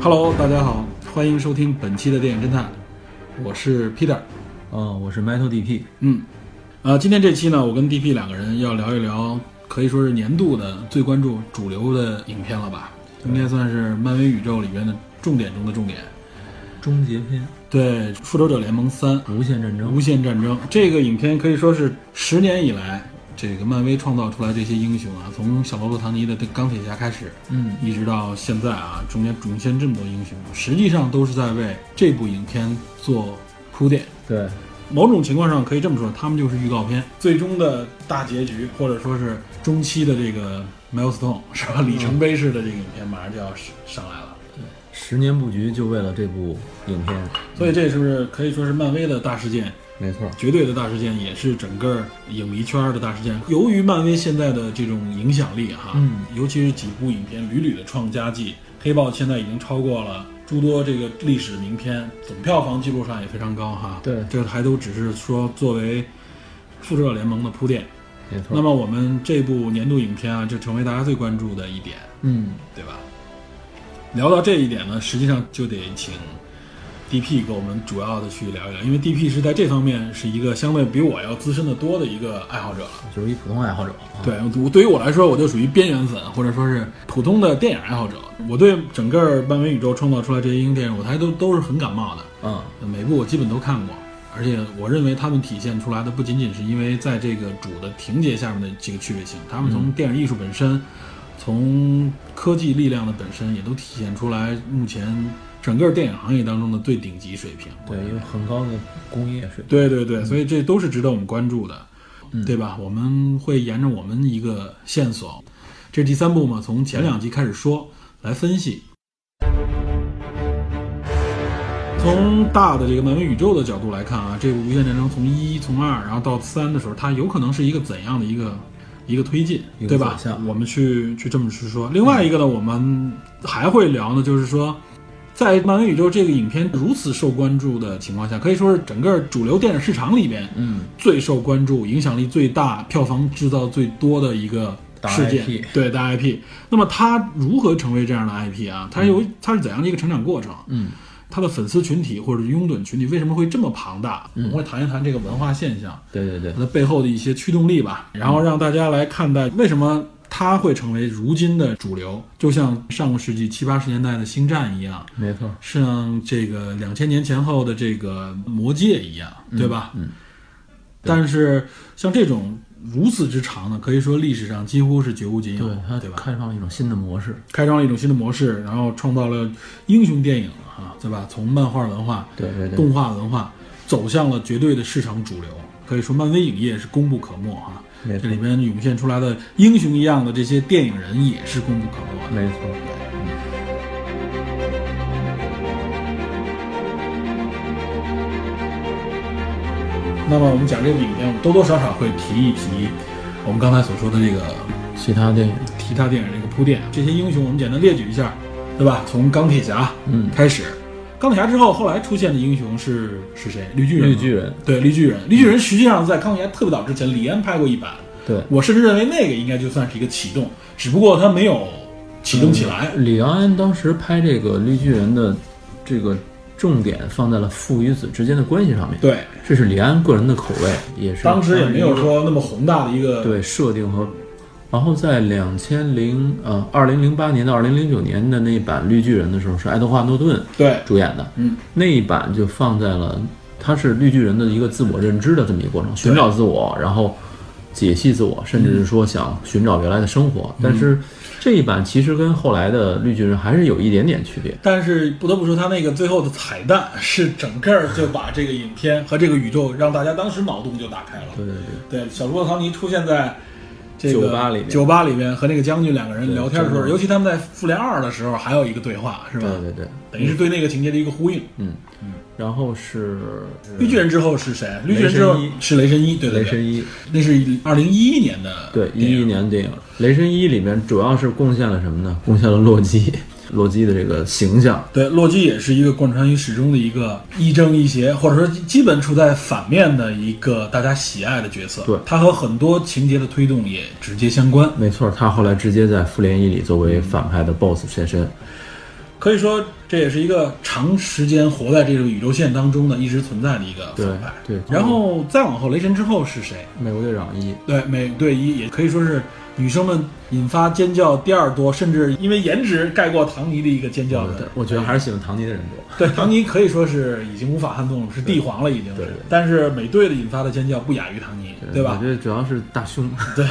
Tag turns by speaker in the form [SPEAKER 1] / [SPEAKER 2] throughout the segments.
[SPEAKER 1] Hello，大家好，欢迎收听本期的电影侦探，我是 Peter。
[SPEAKER 2] 哦，我是 Metal DP。
[SPEAKER 1] 嗯，呃，今天这期呢，我跟 DP 两个人要聊一聊，可以说是年度的最关注主流的影片了吧？应该算是漫威宇宙里边的重点中的重点。
[SPEAKER 2] 终结篇：
[SPEAKER 1] 对，《复仇者联盟三：
[SPEAKER 2] 无限战
[SPEAKER 1] 无
[SPEAKER 2] 争。
[SPEAKER 1] 限战争》这个影片可以说是十年以来，这个漫威创造出来这些英雄啊，从小罗伯·唐尼的钢铁侠开始，
[SPEAKER 2] 嗯，
[SPEAKER 1] 一直到现在啊，中间涌现这么多英雄，实际上都是在为这部影片做铺垫。
[SPEAKER 2] 对，
[SPEAKER 1] 某种情况上可以这么说，他们就是预告片。最终的大结局，或者说是中期的这个 milestone，是 吧？里程碑式的这个影片马上就要上来了。
[SPEAKER 2] 十年布局就为了这部影片。
[SPEAKER 1] 所以这是不是可以说是漫威的大事件，
[SPEAKER 2] 没错，
[SPEAKER 1] 绝对的大事件，也是整个影迷圈儿的大事件。由于漫威现在的这种影响力哈，
[SPEAKER 2] 嗯，
[SPEAKER 1] 尤其是几部影片屡屡的创佳绩，《黑豹》现在已经超过了诸多这个历史名片，总票房记录上也非常高哈。
[SPEAKER 2] 对
[SPEAKER 1] 这还都只是说作为复仇者联盟的铺垫。
[SPEAKER 2] 没
[SPEAKER 1] 那
[SPEAKER 2] 错。
[SPEAKER 1] 么我们这部年度影片啊，就成为大家最关注的一点，
[SPEAKER 2] 嗯，
[SPEAKER 1] 对吧？聊到这一点呢，实际上就得请 DP 给我们主要的去聊一聊，因为 DP 是在这方面是一个相对比我要资深的多的一个爱好者了。
[SPEAKER 2] 就是一普通爱好者。啊，
[SPEAKER 1] 对，我对于我来说，我就属于边缘粉，或者说是普通的电影爱好者。我对整个漫威宇宙创造出来这些英雄电影，我还都都是很感冒的。
[SPEAKER 2] 嗯，
[SPEAKER 1] 呃每部我基本都看过，而且我认为他们体现出来的不仅仅是因为在这个主的情节下面的这个趣味性，他们从电影艺术本身，从科技力量的本身，也都体现出来目前整个电影行业当中的最顶级水平。嗯
[SPEAKER 2] 对，一个很高的工业水平。
[SPEAKER 1] 对对对，所以这都是值得我们关注的，对吧？我们会沿着我们一个线索，这是第三部嘛，从前两集开始说来分析。从大的这个漫威宇宙的角度来看啊，这部《无限战争》从一、从二，然后到三的时候，它有可能是一个怎样的一个一个推进，
[SPEAKER 2] 一个
[SPEAKER 1] 对吧
[SPEAKER 2] 走？向
[SPEAKER 1] 我们去去这么去说。另外一个呢，我们还会聊呢，就是说，在漫威宇宙这个影片如此受关注的情况下，可以说是整个主流电影市场里边
[SPEAKER 2] 嗯，
[SPEAKER 1] 最受关注、影响力最大、票房制造最多的一个
[SPEAKER 2] 大
[SPEAKER 1] 事件
[SPEAKER 2] IP，
[SPEAKER 1] 对大 IP。那么它如何成为这样的 IP 啊？它有它是怎样的一个成长过程？
[SPEAKER 2] 嗯，
[SPEAKER 1] 它的粉丝群体或者拥趸群体为什么会这么庞大？
[SPEAKER 2] 嗯
[SPEAKER 1] 我们会谈一谈这个文化现象。
[SPEAKER 2] 对对对
[SPEAKER 1] 它，的背后的一些驱动力吧，然后让大家来看待为什么它会成为如今的主流，就像上个世纪七八十年代的星战一样，
[SPEAKER 2] 没错。
[SPEAKER 1] 像这个两千年前后的这个魔戒一样，对吧？嗯。但是像这种如此之长呢，可以说历史上几乎是绝无仅有，
[SPEAKER 2] 对，它
[SPEAKER 1] 对吧？
[SPEAKER 2] 开创了一种新的模式。
[SPEAKER 1] 开创了一种新的模式，然后创造了英雄电影啊，对吧？从漫画文化、
[SPEAKER 2] 对对
[SPEAKER 1] 动画文化走向了绝对的市场主流，可以说漫威影业是功不可没哈、
[SPEAKER 2] 没
[SPEAKER 1] 这
[SPEAKER 2] 错
[SPEAKER 1] 里边涌现出来的英雄一样的这些电影人也是功不可没的。
[SPEAKER 2] 没错。
[SPEAKER 1] 那么我们讲这部影片，我们多多少少会提一提我们刚才所说的这个
[SPEAKER 2] 其他电影，
[SPEAKER 1] 提他电影这个铺垫。这些英雄我们简单列举一下，对吧？从钢铁侠
[SPEAKER 2] 嗯
[SPEAKER 1] 开始，钢铁侠之后，后来出现的英雄是是谁？绿巨人吗。
[SPEAKER 2] 绿巨人，
[SPEAKER 1] 对，绿巨人，绿巨人实际上在钢铁侠特别早之前，李安拍过一版，
[SPEAKER 2] 对，
[SPEAKER 1] 我甚至认为那个应该就算是一个启动，只不过他没有启动起来。
[SPEAKER 2] 李昂安当时拍这个绿巨人的这个重点放在了父与子之间的关系上面。
[SPEAKER 1] 对，
[SPEAKER 2] 这是李安个人的口味，也是
[SPEAKER 1] 当时也没有
[SPEAKER 2] 他
[SPEAKER 1] 说那么宏大的一个
[SPEAKER 2] 对设定和。然后在两千零呃二零零八年到二零零九年的那一版《绿巨人》的时候，是爱德华诺顿
[SPEAKER 1] 对
[SPEAKER 2] 主演的，
[SPEAKER 1] 嗯，
[SPEAKER 2] 那一版就放在了他是绿巨人的一个自我认知的这么一个过程，寻找自我，然后解析自我，甚至
[SPEAKER 1] 嗯
[SPEAKER 2] 是说想寻找原来的生活。但是这一版其实跟后来的绿巨人还是有一点点区别，
[SPEAKER 1] 但是不得不说，他那个最后的彩蛋是整个儿就把这个影片和这个宇宙让大家当时脑洞就打开了。
[SPEAKER 2] 对对对。
[SPEAKER 1] 对，小罗伯特唐尼出现在这个
[SPEAKER 2] 酒吧里面
[SPEAKER 1] 酒吧里面和那个将军两个人聊天的时候，
[SPEAKER 2] 对
[SPEAKER 1] 尤其他们在复联二的时候还有一个对话，是吧？
[SPEAKER 2] 对对对，
[SPEAKER 1] 等于是对那个情节的一个呼应。
[SPEAKER 2] 嗯，然后是
[SPEAKER 1] 绿巨人之后是谁？绿巨人之后
[SPEAKER 2] 雷神一
[SPEAKER 1] 是雷神一，对对对，
[SPEAKER 2] 雷神一，
[SPEAKER 1] 那是二零一一年的
[SPEAKER 2] 对，
[SPEAKER 1] 电
[SPEAKER 2] 一
[SPEAKER 1] 影
[SPEAKER 2] 一年的电影《雷神一》里面主要是贡献了什么呢？贡献了洛基，洛基的这个形象。
[SPEAKER 1] 对，洛基也是一个贯穿于始终的一个亦正亦邪，或者说基本处在反面的一个大家喜爱的角色。
[SPEAKER 2] 对
[SPEAKER 1] 他和很多情节的推动也直接相关。
[SPEAKER 2] 没错，他后来直接在《复联一》里作为反派的 BOSS 现身。
[SPEAKER 1] 可以说，这也是一个长时间活在这个宇宙线当中的、一直存在的一个
[SPEAKER 2] 对
[SPEAKER 1] 反派。
[SPEAKER 2] 对
[SPEAKER 1] 然后再往后，雷神之后是谁？
[SPEAKER 2] 美国队长一，
[SPEAKER 1] 对，美队一也可以说是女生们引发尖叫第二多，甚至因为颜值盖过唐尼的一个尖叫的。
[SPEAKER 2] 我觉得还是喜欢唐尼的人多。
[SPEAKER 1] 对，唐尼可以说是已经无法撼动了，是帝皇了，已经是。
[SPEAKER 2] 对对
[SPEAKER 1] 但是美队的引发的尖叫不亚于唐尼，对吧
[SPEAKER 2] 我？觉得主要是大 胸。
[SPEAKER 1] 对，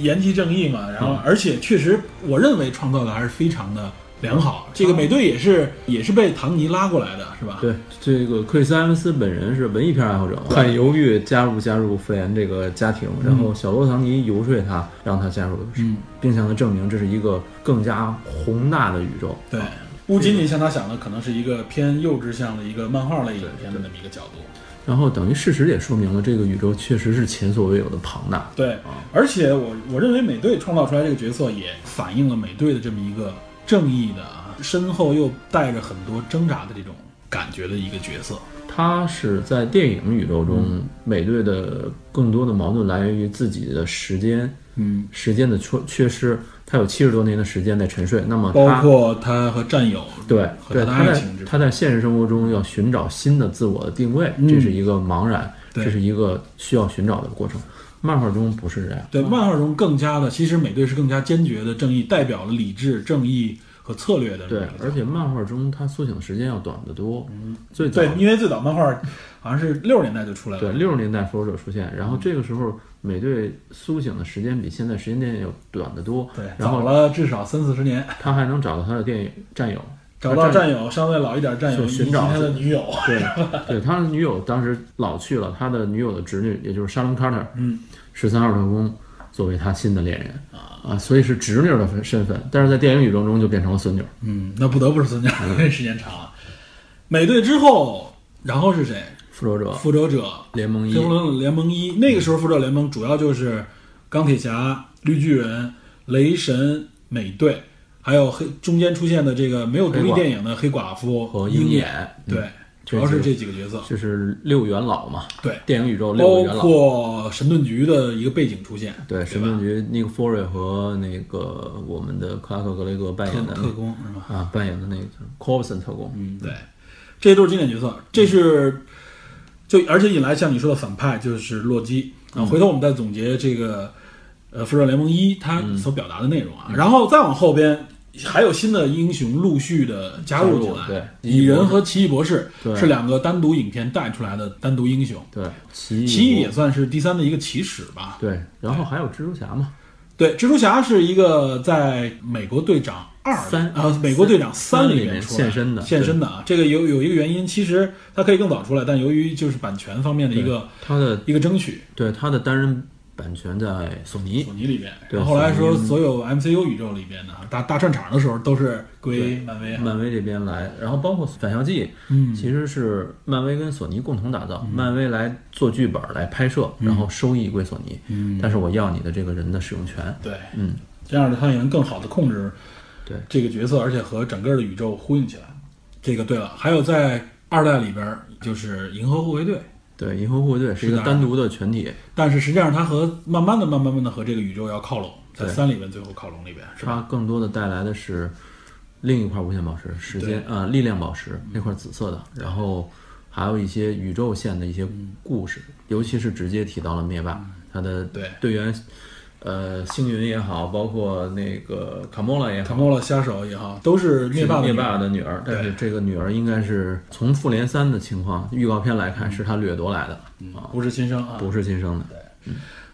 [SPEAKER 1] 言及正义嘛。然后
[SPEAKER 2] 嗯，
[SPEAKER 1] 而且确实，我认为创造的还是非常的良好。这个美队也是也是被唐尼拉过来的，是吧？
[SPEAKER 2] 对，这个克里斯·埃文斯本人是文艺片爱好者，很犹豫加入加入复联这个家庭，然后小罗唐尼游说他，让他加入，
[SPEAKER 1] 嗯
[SPEAKER 2] 并向他证明这是一个更加宏大的宇宙。
[SPEAKER 1] 对，不仅仅像他想的，可能是一个偏幼稚向的一个漫画类影片的那么一个角度。
[SPEAKER 2] 然后等于事实也说明了，这个宇宙确实是前所未有的庞大。
[SPEAKER 1] 对，而且我我认为美队创造出来这个角色，也反映了美队的这么一个正义的啊，身后又带着很多挣扎的这种感觉的一个角色。
[SPEAKER 2] 他是在电影宇宙中，美队的更多的矛盾来源于自己的时间，
[SPEAKER 1] 嗯，
[SPEAKER 2] 时间的缺缺失。他有七十多年的时间在沉睡，那么
[SPEAKER 1] 包
[SPEAKER 2] 他
[SPEAKER 1] 括他和战友
[SPEAKER 2] 对
[SPEAKER 1] 和
[SPEAKER 2] 对，
[SPEAKER 1] 他的
[SPEAKER 2] 他
[SPEAKER 1] 爱
[SPEAKER 2] 在
[SPEAKER 1] 情之
[SPEAKER 2] 他在现实生活中要寻找新的自我的定位，这是一个茫然，
[SPEAKER 1] 嗯对
[SPEAKER 2] 这是一个需要寻找的过程。漫画中不是这样，
[SPEAKER 1] 对，漫画中更加的，其实美队是更加坚决的正义，代表了理智、正义和策略的这
[SPEAKER 2] 对
[SPEAKER 1] 么一，个角
[SPEAKER 2] 而
[SPEAKER 1] 色。
[SPEAKER 2] 且漫画中他苏醒的时间要短得多。
[SPEAKER 1] 嗯
[SPEAKER 2] 最早
[SPEAKER 1] 对，因为最早漫画好像是六十年代就出来了。
[SPEAKER 2] 对，六十年代复仇者出现，然后这个时候美队苏醒的时间比现在时间点要短得多，
[SPEAKER 1] 对，
[SPEAKER 2] 然
[SPEAKER 1] 早
[SPEAKER 2] 后
[SPEAKER 1] 了至少三四十年，
[SPEAKER 2] 他还能找到他的电影战友，
[SPEAKER 1] 找到
[SPEAKER 2] 战
[SPEAKER 1] 战友，稍微老一点战友
[SPEAKER 2] 就
[SPEAKER 1] 以及
[SPEAKER 2] 寻找
[SPEAKER 1] 他的女友。
[SPEAKER 2] 对，对，他的女友当时老去了，他的女友的侄女，也就是莎伦·卡特，
[SPEAKER 1] 嗯，
[SPEAKER 2] 十三号特工，作为他新的恋人啊，所以是侄女的身份，但是在电影宇宙中就变成了孙女。
[SPEAKER 1] 嗯，那不得不是孙家，因为时间长了。美队之后，然后是谁？
[SPEAKER 2] 复仇者
[SPEAKER 1] 复仇者
[SPEAKER 2] 联盟一，
[SPEAKER 1] 复仇者联盟一，那个时候复仇者联盟主要就是钢铁侠、绿巨人、雷神、美队，还有黑中间出现的这个没有独立
[SPEAKER 2] 黑寡
[SPEAKER 1] 电影的黑寡妇
[SPEAKER 2] 和鹰
[SPEAKER 1] 鹰
[SPEAKER 2] 眼嗯
[SPEAKER 1] 对，主要是这几个角色，
[SPEAKER 2] 就是六元老嘛，
[SPEAKER 1] 对，
[SPEAKER 2] 电影宇宙六
[SPEAKER 1] 包
[SPEAKER 2] 个元老。
[SPEAKER 1] 括神盾局的一个背景出现，
[SPEAKER 2] 对，神盾局 Nick Fury 和那个我们的克拉克·格雷格扮
[SPEAKER 1] 特
[SPEAKER 2] 演的
[SPEAKER 1] 特工是吧？
[SPEAKER 2] 啊，扮演的那个 Coulson 特工，
[SPEAKER 1] 嗯，对，这些都是经典角色，这是就而且引来像你说的反派就是洛基啊。
[SPEAKER 2] 嗯
[SPEAKER 1] 回头我们再总结这个呃《复仇者联盟一》它
[SPEAKER 2] 嗯
[SPEAKER 1] 所表达的内容啊，然后再往后边。还有新的英雄陆续的加入进来，
[SPEAKER 2] 加入对
[SPEAKER 1] 蚁人和奇异博士
[SPEAKER 2] 对
[SPEAKER 1] 是两个单独影片带出来的单独英雄，
[SPEAKER 2] 对，奇异
[SPEAKER 1] 奇异也
[SPEAKER 2] 博
[SPEAKER 1] 算是第三的一个起始吧。
[SPEAKER 2] 对，然后还有蜘蛛侠嘛，
[SPEAKER 1] 对，蜘蛛侠是一个在美国队长二
[SPEAKER 2] 三
[SPEAKER 1] 啊，美国队长
[SPEAKER 2] 三
[SPEAKER 1] 里
[SPEAKER 2] 里面
[SPEAKER 1] 出来
[SPEAKER 2] 现身的
[SPEAKER 1] 现身的啊，这个有有一个原因，其实它可以更早出来，但由于就是版权方面的一个
[SPEAKER 2] 他的
[SPEAKER 1] 一个争取，
[SPEAKER 2] 对他的单人版权在索尼
[SPEAKER 1] 索，尼里边，
[SPEAKER 2] 对
[SPEAKER 1] 然后后来
[SPEAKER 2] 索
[SPEAKER 1] 说
[SPEAKER 2] 尼
[SPEAKER 1] 所有 MCU 宇宙里边的大大串场的时候都是归漫威啊，
[SPEAKER 2] 漫威这边来，然后包括《反校记》，
[SPEAKER 1] 嗯
[SPEAKER 2] 其实是漫威跟索尼共同打造，漫威来做剧本来拍摄，然后收益归索尼，
[SPEAKER 1] 嗯
[SPEAKER 2] 但是我要你的这个人的使用权，
[SPEAKER 1] 对，
[SPEAKER 2] 嗯，
[SPEAKER 1] 这样的它也能更好的控制
[SPEAKER 2] 对
[SPEAKER 1] 这个角色，而且和整个的宇宙呼应起来。这个对了，还有在二代里边就是银河护卫队，
[SPEAKER 2] 对，银河护卫队是一
[SPEAKER 1] 是
[SPEAKER 2] 个
[SPEAKER 1] 的
[SPEAKER 2] 单独的全体，
[SPEAKER 1] 但是实际上它和慢慢的、慢慢的和这个宇宙要靠拢，在
[SPEAKER 2] 对
[SPEAKER 1] 三里边最后靠拢里边是吧？
[SPEAKER 2] 它更多的带来的是另一块无限宝石，时间啊、呃力量宝石那块紫色的，然后还有一些宇宙线的一些故事，尤其是直接提到了灭霸，他的
[SPEAKER 1] 嗯对
[SPEAKER 2] 队员，呃，星云也好，包括那个卡莫拉也
[SPEAKER 1] 卡
[SPEAKER 2] 好。
[SPEAKER 1] 莫拉杀手也好，都是灭霸的
[SPEAKER 2] 是灭
[SPEAKER 1] 女儿
[SPEAKER 2] 霸的女儿，但是
[SPEAKER 1] 对嗯
[SPEAKER 2] 这个女儿应该是从复联三的情况预告片来看，是他掠夺来的啊，
[SPEAKER 1] 不是亲生啊。
[SPEAKER 2] 不是亲生的。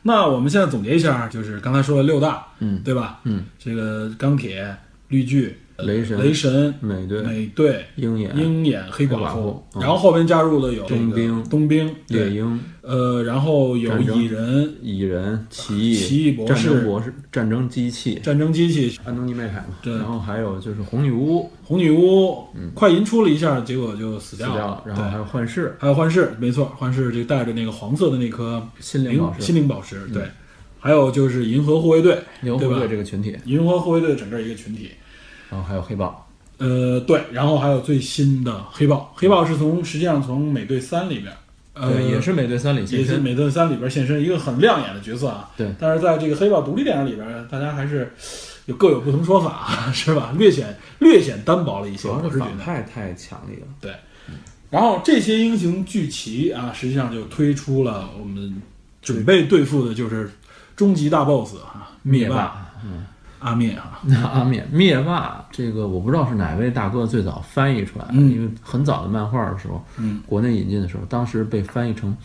[SPEAKER 1] 那我们现在总结一下，就是刚才说的六大，
[SPEAKER 2] 嗯，
[SPEAKER 1] 对吧？
[SPEAKER 2] 嗯，
[SPEAKER 1] 这个钢铁、绿巨、
[SPEAKER 2] 雷神、
[SPEAKER 1] 雷神、
[SPEAKER 2] 美队、
[SPEAKER 1] 美队、
[SPEAKER 2] 鹰眼、
[SPEAKER 1] 鹰眼、黑
[SPEAKER 2] 黑寡
[SPEAKER 1] 寡
[SPEAKER 2] 妇嗯
[SPEAKER 1] 然后后边加入了有这个
[SPEAKER 2] 冬兵
[SPEAKER 1] 冬兵、
[SPEAKER 2] 猎
[SPEAKER 1] 对，
[SPEAKER 2] 鹰、
[SPEAKER 1] 呃，然后有
[SPEAKER 2] 战争
[SPEAKER 1] 蚁人、
[SPEAKER 2] 蚁人、奇异、
[SPEAKER 1] 奇异博士
[SPEAKER 2] 战争博士、战争机器、
[SPEAKER 1] 战争机器、
[SPEAKER 2] 安东尼麦凯嘛，
[SPEAKER 1] 对
[SPEAKER 2] 然后还有就是红女巫
[SPEAKER 1] 红女巫，快银出了一下，结果就死
[SPEAKER 2] 嗯死
[SPEAKER 1] 掉
[SPEAKER 2] 掉
[SPEAKER 1] 了
[SPEAKER 2] 了，，然后
[SPEAKER 1] 对
[SPEAKER 2] 还有幻视、
[SPEAKER 1] 还有幻视，没错，幻视这带着那个黄色的那颗
[SPEAKER 2] 心灵宝
[SPEAKER 1] 心
[SPEAKER 2] 石、嗯
[SPEAKER 1] 灵宝石，对，还有就是银河护卫队，
[SPEAKER 2] 牛
[SPEAKER 1] 对
[SPEAKER 2] 部
[SPEAKER 1] 吧
[SPEAKER 2] 队这个群体，
[SPEAKER 1] 银河护卫队整个一个群体，
[SPEAKER 2] 然后还有黑豹，
[SPEAKER 1] 呃，对，然后还有最新的黑豹，黑豹是从实际上从美队三里边，呃，
[SPEAKER 2] 对，也是美队三里
[SPEAKER 1] 也
[SPEAKER 2] 现
[SPEAKER 1] 是
[SPEAKER 2] 身，
[SPEAKER 1] 美队三里边现身一个很亮眼的角色啊。
[SPEAKER 2] 对
[SPEAKER 1] 但是在这个黑豹独立电影里边，大家还是有各有不同说法，啊 是吧？略显略显单薄了一些，
[SPEAKER 2] 主要
[SPEAKER 1] 我
[SPEAKER 2] 是
[SPEAKER 1] 是觉
[SPEAKER 2] 反
[SPEAKER 1] 得。
[SPEAKER 2] 派太强力了。
[SPEAKER 1] 对，然后这些英雄聚齐啊，实际上就推出了我们准备对付的就是终极大 BOSS 啊，灭霸
[SPEAKER 2] 霸，
[SPEAKER 1] 阿灭啊，
[SPEAKER 2] 那阿灭灭霸这个我不知道是哪位大哥最早翻译出来的，
[SPEAKER 1] 嗯
[SPEAKER 2] 因为很早的漫画的时候，
[SPEAKER 1] 嗯，
[SPEAKER 2] 国内引进的时候，当时被翻译成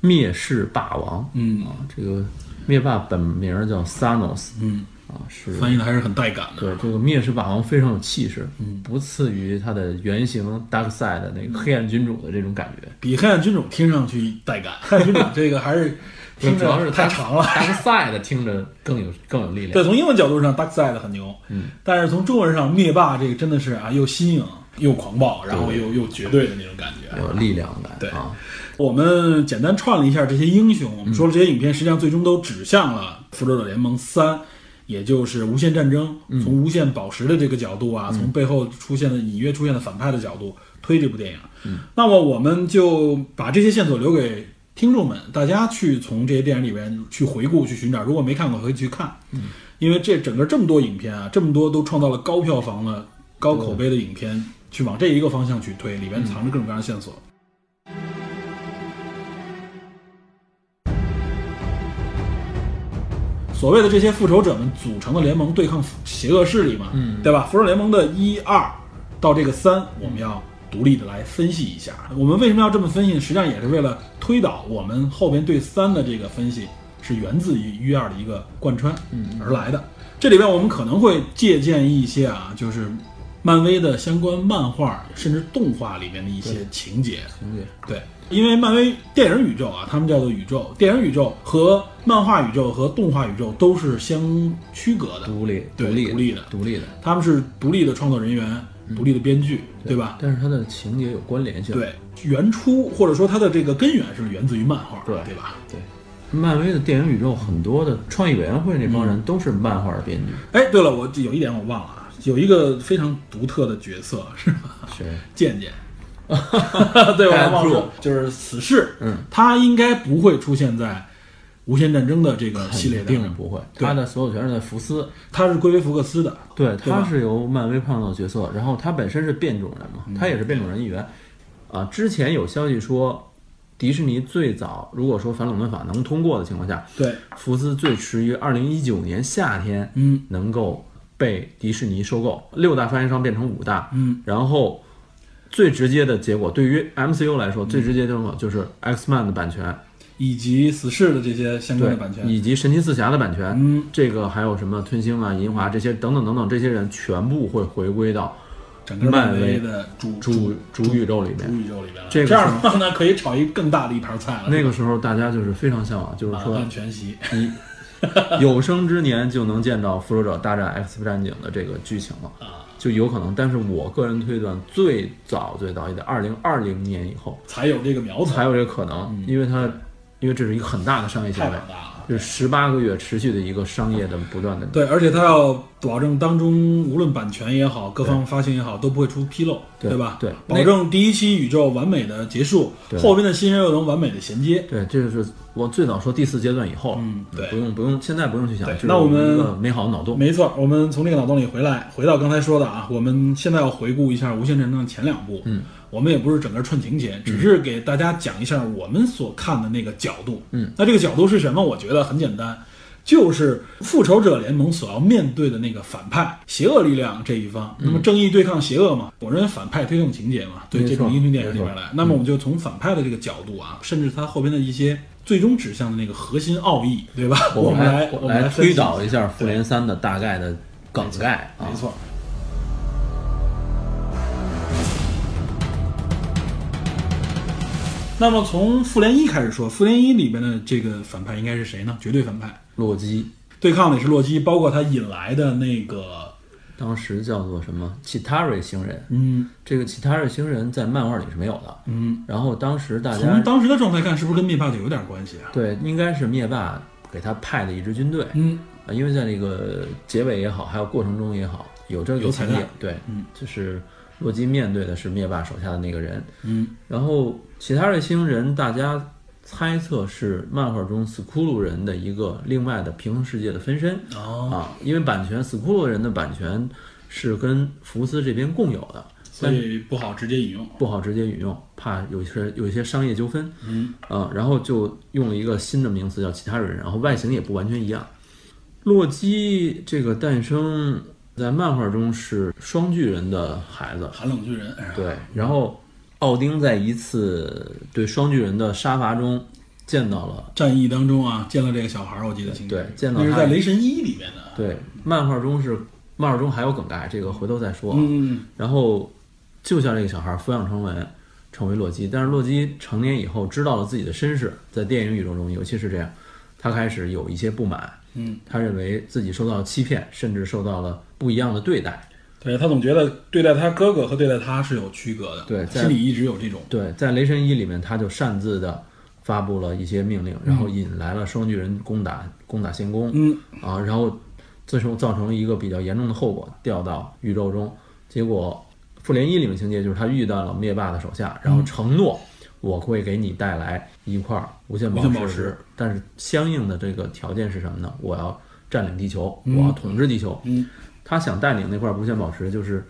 [SPEAKER 2] 灭世霸王。
[SPEAKER 1] 嗯
[SPEAKER 2] 啊，这个灭霸本名叫 Thanos
[SPEAKER 1] 嗯，
[SPEAKER 2] 啊，是
[SPEAKER 1] 翻译的还是很带感的。
[SPEAKER 2] 对这个灭世霸王非常有气势，
[SPEAKER 1] 嗯
[SPEAKER 2] 不次于他的原型 Darkseid 的那个黑暗君主的这种感 觉。
[SPEAKER 1] 比黑暗军种听上去带感，黑暗军种这个还是听
[SPEAKER 2] 主要是
[SPEAKER 1] 着太长了。
[SPEAKER 2] Darkseid 听着更有更有力量。
[SPEAKER 1] 对，从英文角度上，Dark Side 很牛，嗯，但是从中文上，灭霸这个真的是啊，又新颖又狂暴，然后又又绝对的那种感觉。
[SPEAKER 2] 有力量感
[SPEAKER 1] 对
[SPEAKER 2] 啊，
[SPEAKER 1] 我们简单串了一下这些英雄，我们说了这些影片，实际上最终都指向了《复仇者联盟三》，也就是无限战争。从无限宝石的这个角度啊，从背后出现的隐约出现的反派的角度推这部电影。那么我们就把这些线索留给听众们，大家去从这些电影里边去回顾、去寻找。如果没看过，可以去看，因为这整个这么多影片啊，这么多都创造了高票房的、高口碑的影片，去往这一个方向去推，里边藏着各种各样的线索。所谓的这些复仇者们组成的联盟对抗邪恶势力嘛，嗯，对吧？复仇联盟的一二到这个三，我们要独立的来分析一下。我们为什么要这么分析？实际上也是为了推导我们后边对三的这个分析是源自于一二的一个贯穿而来的。这里边我们可能会借鉴一些啊，就是漫威的相关漫画甚至动画里面的一些情节，
[SPEAKER 2] 兄弟，
[SPEAKER 1] 对，因为漫威电影宇宙啊，他们叫做宇宙，电影宇宙和漫画宇宙和动画宇宙都是相区隔的，
[SPEAKER 2] 独立
[SPEAKER 1] 对
[SPEAKER 2] 立
[SPEAKER 1] 独立的
[SPEAKER 2] 独立的，
[SPEAKER 1] 他们是独立的创作人员、
[SPEAKER 2] 嗯
[SPEAKER 1] 独立的编剧，对吧？
[SPEAKER 2] 但是它的情节有关联性。
[SPEAKER 1] 对，原初或者说它的这个根源是源自于漫画，
[SPEAKER 2] 对
[SPEAKER 1] 对吧？
[SPEAKER 2] 对，漫威的电影宇宙很多的创意委员会那帮
[SPEAKER 1] 嗯
[SPEAKER 2] 人都是漫画编剧，
[SPEAKER 1] 哎，对了，我有一点我忘了啊，有一个非常独特的角色 是吧？
[SPEAKER 2] 谁？
[SPEAKER 1] 健 健。对，我还忘
[SPEAKER 2] Deadpool
[SPEAKER 1] 了，就是死侍，
[SPEAKER 2] 嗯，
[SPEAKER 1] 他应该不会出现在《无限战争》的这个系列当
[SPEAKER 2] 定
[SPEAKER 1] 中，
[SPEAKER 2] 不会，
[SPEAKER 1] 对
[SPEAKER 2] 他的所有权是在福斯，
[SPEAKER 1] 他是归为福克斯的，
[SPEAKER 2] 对，
[SPEAKER 1] 对吧
[SPEAKER 2] 他是由漫威创造的角色，然后他本身是变种人嘛，
[SPEAKER 1] 嗯
[SPEAKER 2] 他也是变种人一员。啊，之前有消息说，迪士尼最早如果说反垄断法能通过的情况下，
[SPEAKER 1] 对，
[SPEAKER 2] 福斯最迟于二零一九年夏天
[SPEAKER 1] 嗯，
[SPEAKER 2] 能够被迪士尼收购，六大发行商变成五大，
[SPEAKER 1] 嗯，
[SPEAKER 2] 然后最直接的结果，对于 MCU 来说，最直接的结果就是 X Man 的版权，
[SPEAKER 1] 以及死侍的这些相关
[SPEAKER 2] 对
[SPEAKER 1] 的版权。
[SPEAKER 2] 以及神奇四侠的版权，
[SPEAKER 1] 嗯，
[SPEAKER 2] 这个还有什么吞星啊、银华这些等等等等，这些人全部会回归到
[SPEAKER 1] 整个
[SPEAKER 2] 漫
[SPEAKER 1] 威
[SPEAKER 2] 威
[SPEAKER 1] 的主
[SPEAKER 2] 主主宇宙里
[SPEAKER 1] 主
[SPEAKER 2] 面。
[SPEAKER 1] 宇宙里边了。
[SPEAKER 2] 这个
[SPEAKER 1] 这样的话呢，可以炒一更大的一盘菜了。
[SPEAKER 2] 那个时候大家就是非常向往，就是
[SPEAKER 1] 满
[SPEAKER 2] 说
[SPEAKER 1] 汉全席，
[SPEAKER 2] 你有生之年就能见到《复仇者大战 X 战警》的这个剧情了
[SPEAKER 1] 啊，
[SPEAKER 2] 就有可能。但是我个人推断，最早最早也得二零二零年以后
[SPEAKER 1] 才有这个苗头，
[SPEAKER 2] 才有这个可能，因为它因为这是一个很大的商业行
[SPEAKER 1] 嗯太
[SPEAKER 2] 为
[SPEAKER 1] 伟，大了。
[SPEAKER 2] 就是十八个月持续的一个商业的不断的
[SPEAKER 1] 对，而且他要保证当中无论版权也好，各方发行也好，都不会出纰漏，
[SPEAKER 2] 对
[SPEAKER 1] 吧？
[SPEAKER 2] 对
[SPEAKER 1] 保证第一期宇宙完美的结束，
[SPEAKER 2] 对
[SPEAKER 1] 后边的新人又能完美的衔接。
[SPEAKER 2] 对，这就是我最早说第四阶段以后了，
[SPEAKER 1] 嗯对
[SPEAKER 2] 不用不用，现在不用去想，
[SPEAKER 1] 对
[SPEAKER 2] 这是
[SPEAKER 1] 那我们
[SPEAKER 2] 一个美好的脑洞，
[SPEAKER 1] 没错，我们从这个脑洞里回来，回到刚才说的啊，我们现在要回顾一下《无限战争》的前两部。
[SPEAKER 2] 嗯，
[SPEAKER 1] 我们也不是整个串情节，只是给大家讲一下我们所看的那个角度。
[SPEAKER 2] 嗯，
[SPEAKER 1] 那这个角度是什么？我觉得很简单，就是复仇者联盟所要面对的那个反派、邪恶力量这一方。那么正义对抗邪恶嘛，我认为反派推动情节嘛，对
[SPEAKER 2] 嗯没
[SPEAKER 1] 这
[SPEAKER 2] 错
[SPEAKER 1] 种英雄电影里
[SPEAKER 2] 没
[SPEAKER 1] 边
[SPEAKER 2] 错
[SPEAKER 1] 来。那么我们就从反派的这个角度啊，甚至他后边的一些最终指向的那个核心奥义，对吧？我
[SPEAKER 2] 们
[SPEAKER 1] 们来
[SPEAKER 2] 来
[SPEAKER 1] 我们
[SPEAKER 2] 来
[SPEAKER 1] 分析
[SPEAKER 2] 推导一下复联三的大概的梗概啊
[SPEAKER 1] 没，错。那么从复联一开始说，复联一里边的这个反派应该是谁呢？绝对反派，
[SPEAKER 2] 洛基
[SPEAKER 1] 对抗的也是洛基，包括他引来的那个，
[SPEAKER 2] 当时叫做什么？奇塔瑞星人。
[SPEAKER 1] 嗯
[SPEAKER 2] 这个奇塔瑞星人在漫画里是没有的。
[SPEAKER 1] 嗯，
[SPEAKER 2] 然后当时大
[SPEAKER 1] 从
[SPEAKER 2] 家
[SPEAKER 1] 当时的状态看，是不是跟灭霸就有点关系啊？
[SPEAKER 2] 对应该是灭霸给他派的一支军队，
[SPEAKER 1] 嗯，
[SPEAKER 2] 啊，因为在那个结尾也好，还有过程中也好，有这
[SPEAKER 1] 有
[SPEAKER 2] 个
[SPEAKER 1] 彩
[SPEAKER 2] 情节
[SPEAKER 1] 蛋。
[SPEAKER 2] 对，
[SPEAKER 1] 嗯，
[SPEAKER 2] 就是洛基面对的是灭霸手下的那个人，
[SPEAKER 1] 嗯
[SPEAKER 2] 然后其他的星人，大家猜测是漫画中斯库鲁人的一个另外的平行世界的分身
[SPEAKER 1] 哦，
[SPEAKER 2] 啊，因为版权斯库鲁人的版权是跟福斯这边共有的，
[SPEAKER 1] 所以不好直接引用。
[SPEAKER 2] 不好直接引用，怕有些有一些商业纠纷。
[SPEAKER 1] 嗯
[SPEAKER 2] 啊，然后就用了一个新的名词叫其他人，然后外形也不完全一样。洛基这个诞生在漫画中是双巨人的孩子，
[SPEAKER 1] 寒冷巨人，
[SPEAKER 2] 对，然后奥丁在一次对双巨人的杀伐中见到了，
[SPEAKER 1] 战役当中啊，见了这个小孩儿，我记得清楚。
[SPEAKER 2] 对见到
[SPEAKER 1] 那是
[SPEAKER 2] 他
[SPEAKER 1] 在《雷神一》里面的。
[SPEAKER 2] 对，漫画中是漫画中还有梗概，这个回头再说。啊
[SPEAKER 1] 嗯，
[SPEAKER 2] 然后就将这个小孩抚养成文，成为洛基。但是洛基成年以后知道了自己的身世，在电影宇宙中尤其是这样，他开始有一些不满，
[SPEAKER 1] 嗯，
[SPEAKER 2] 他认为自己受到了欺骗，甚至受到了不一样的对待。
[SPEAKER 1] 对他总觉得对待他哥哥和对待他是有区隔的，
[SPEAKER 2] 对在
[SPEAKER 1] 心里一直有这种。
[SPEAKER 2] 对，在《雷神一》里面，他就擅自的发布了一些命令，然后引来了双巨人攻打攻打仙宫，
[SPEAKER 1] 嗯
[SPEAKER 2] 啊，然后最终造成了一个比较严重的后果，掉到宇宙中。结果《复联一》里面情节就是他遇到了灭霸的手下，然后
[SPEAKER 1] 嗯
[SPEAKER 2] 承诺我会给你带来一块无限
[SPEAKER 1] 无
[SPEAKER 2] 宝
[SPEAKER 1] 限
[SPEAKER 2] 石，
[SPEAKER 1] 宝石
[SPEAKER 2] 但是相应的这个条件是什么呢？我要占领地球，我要统治地球。
[SPEAKER 1] 嗯，
[SPEAKER 2] 他想带领那块无限宝石，就是《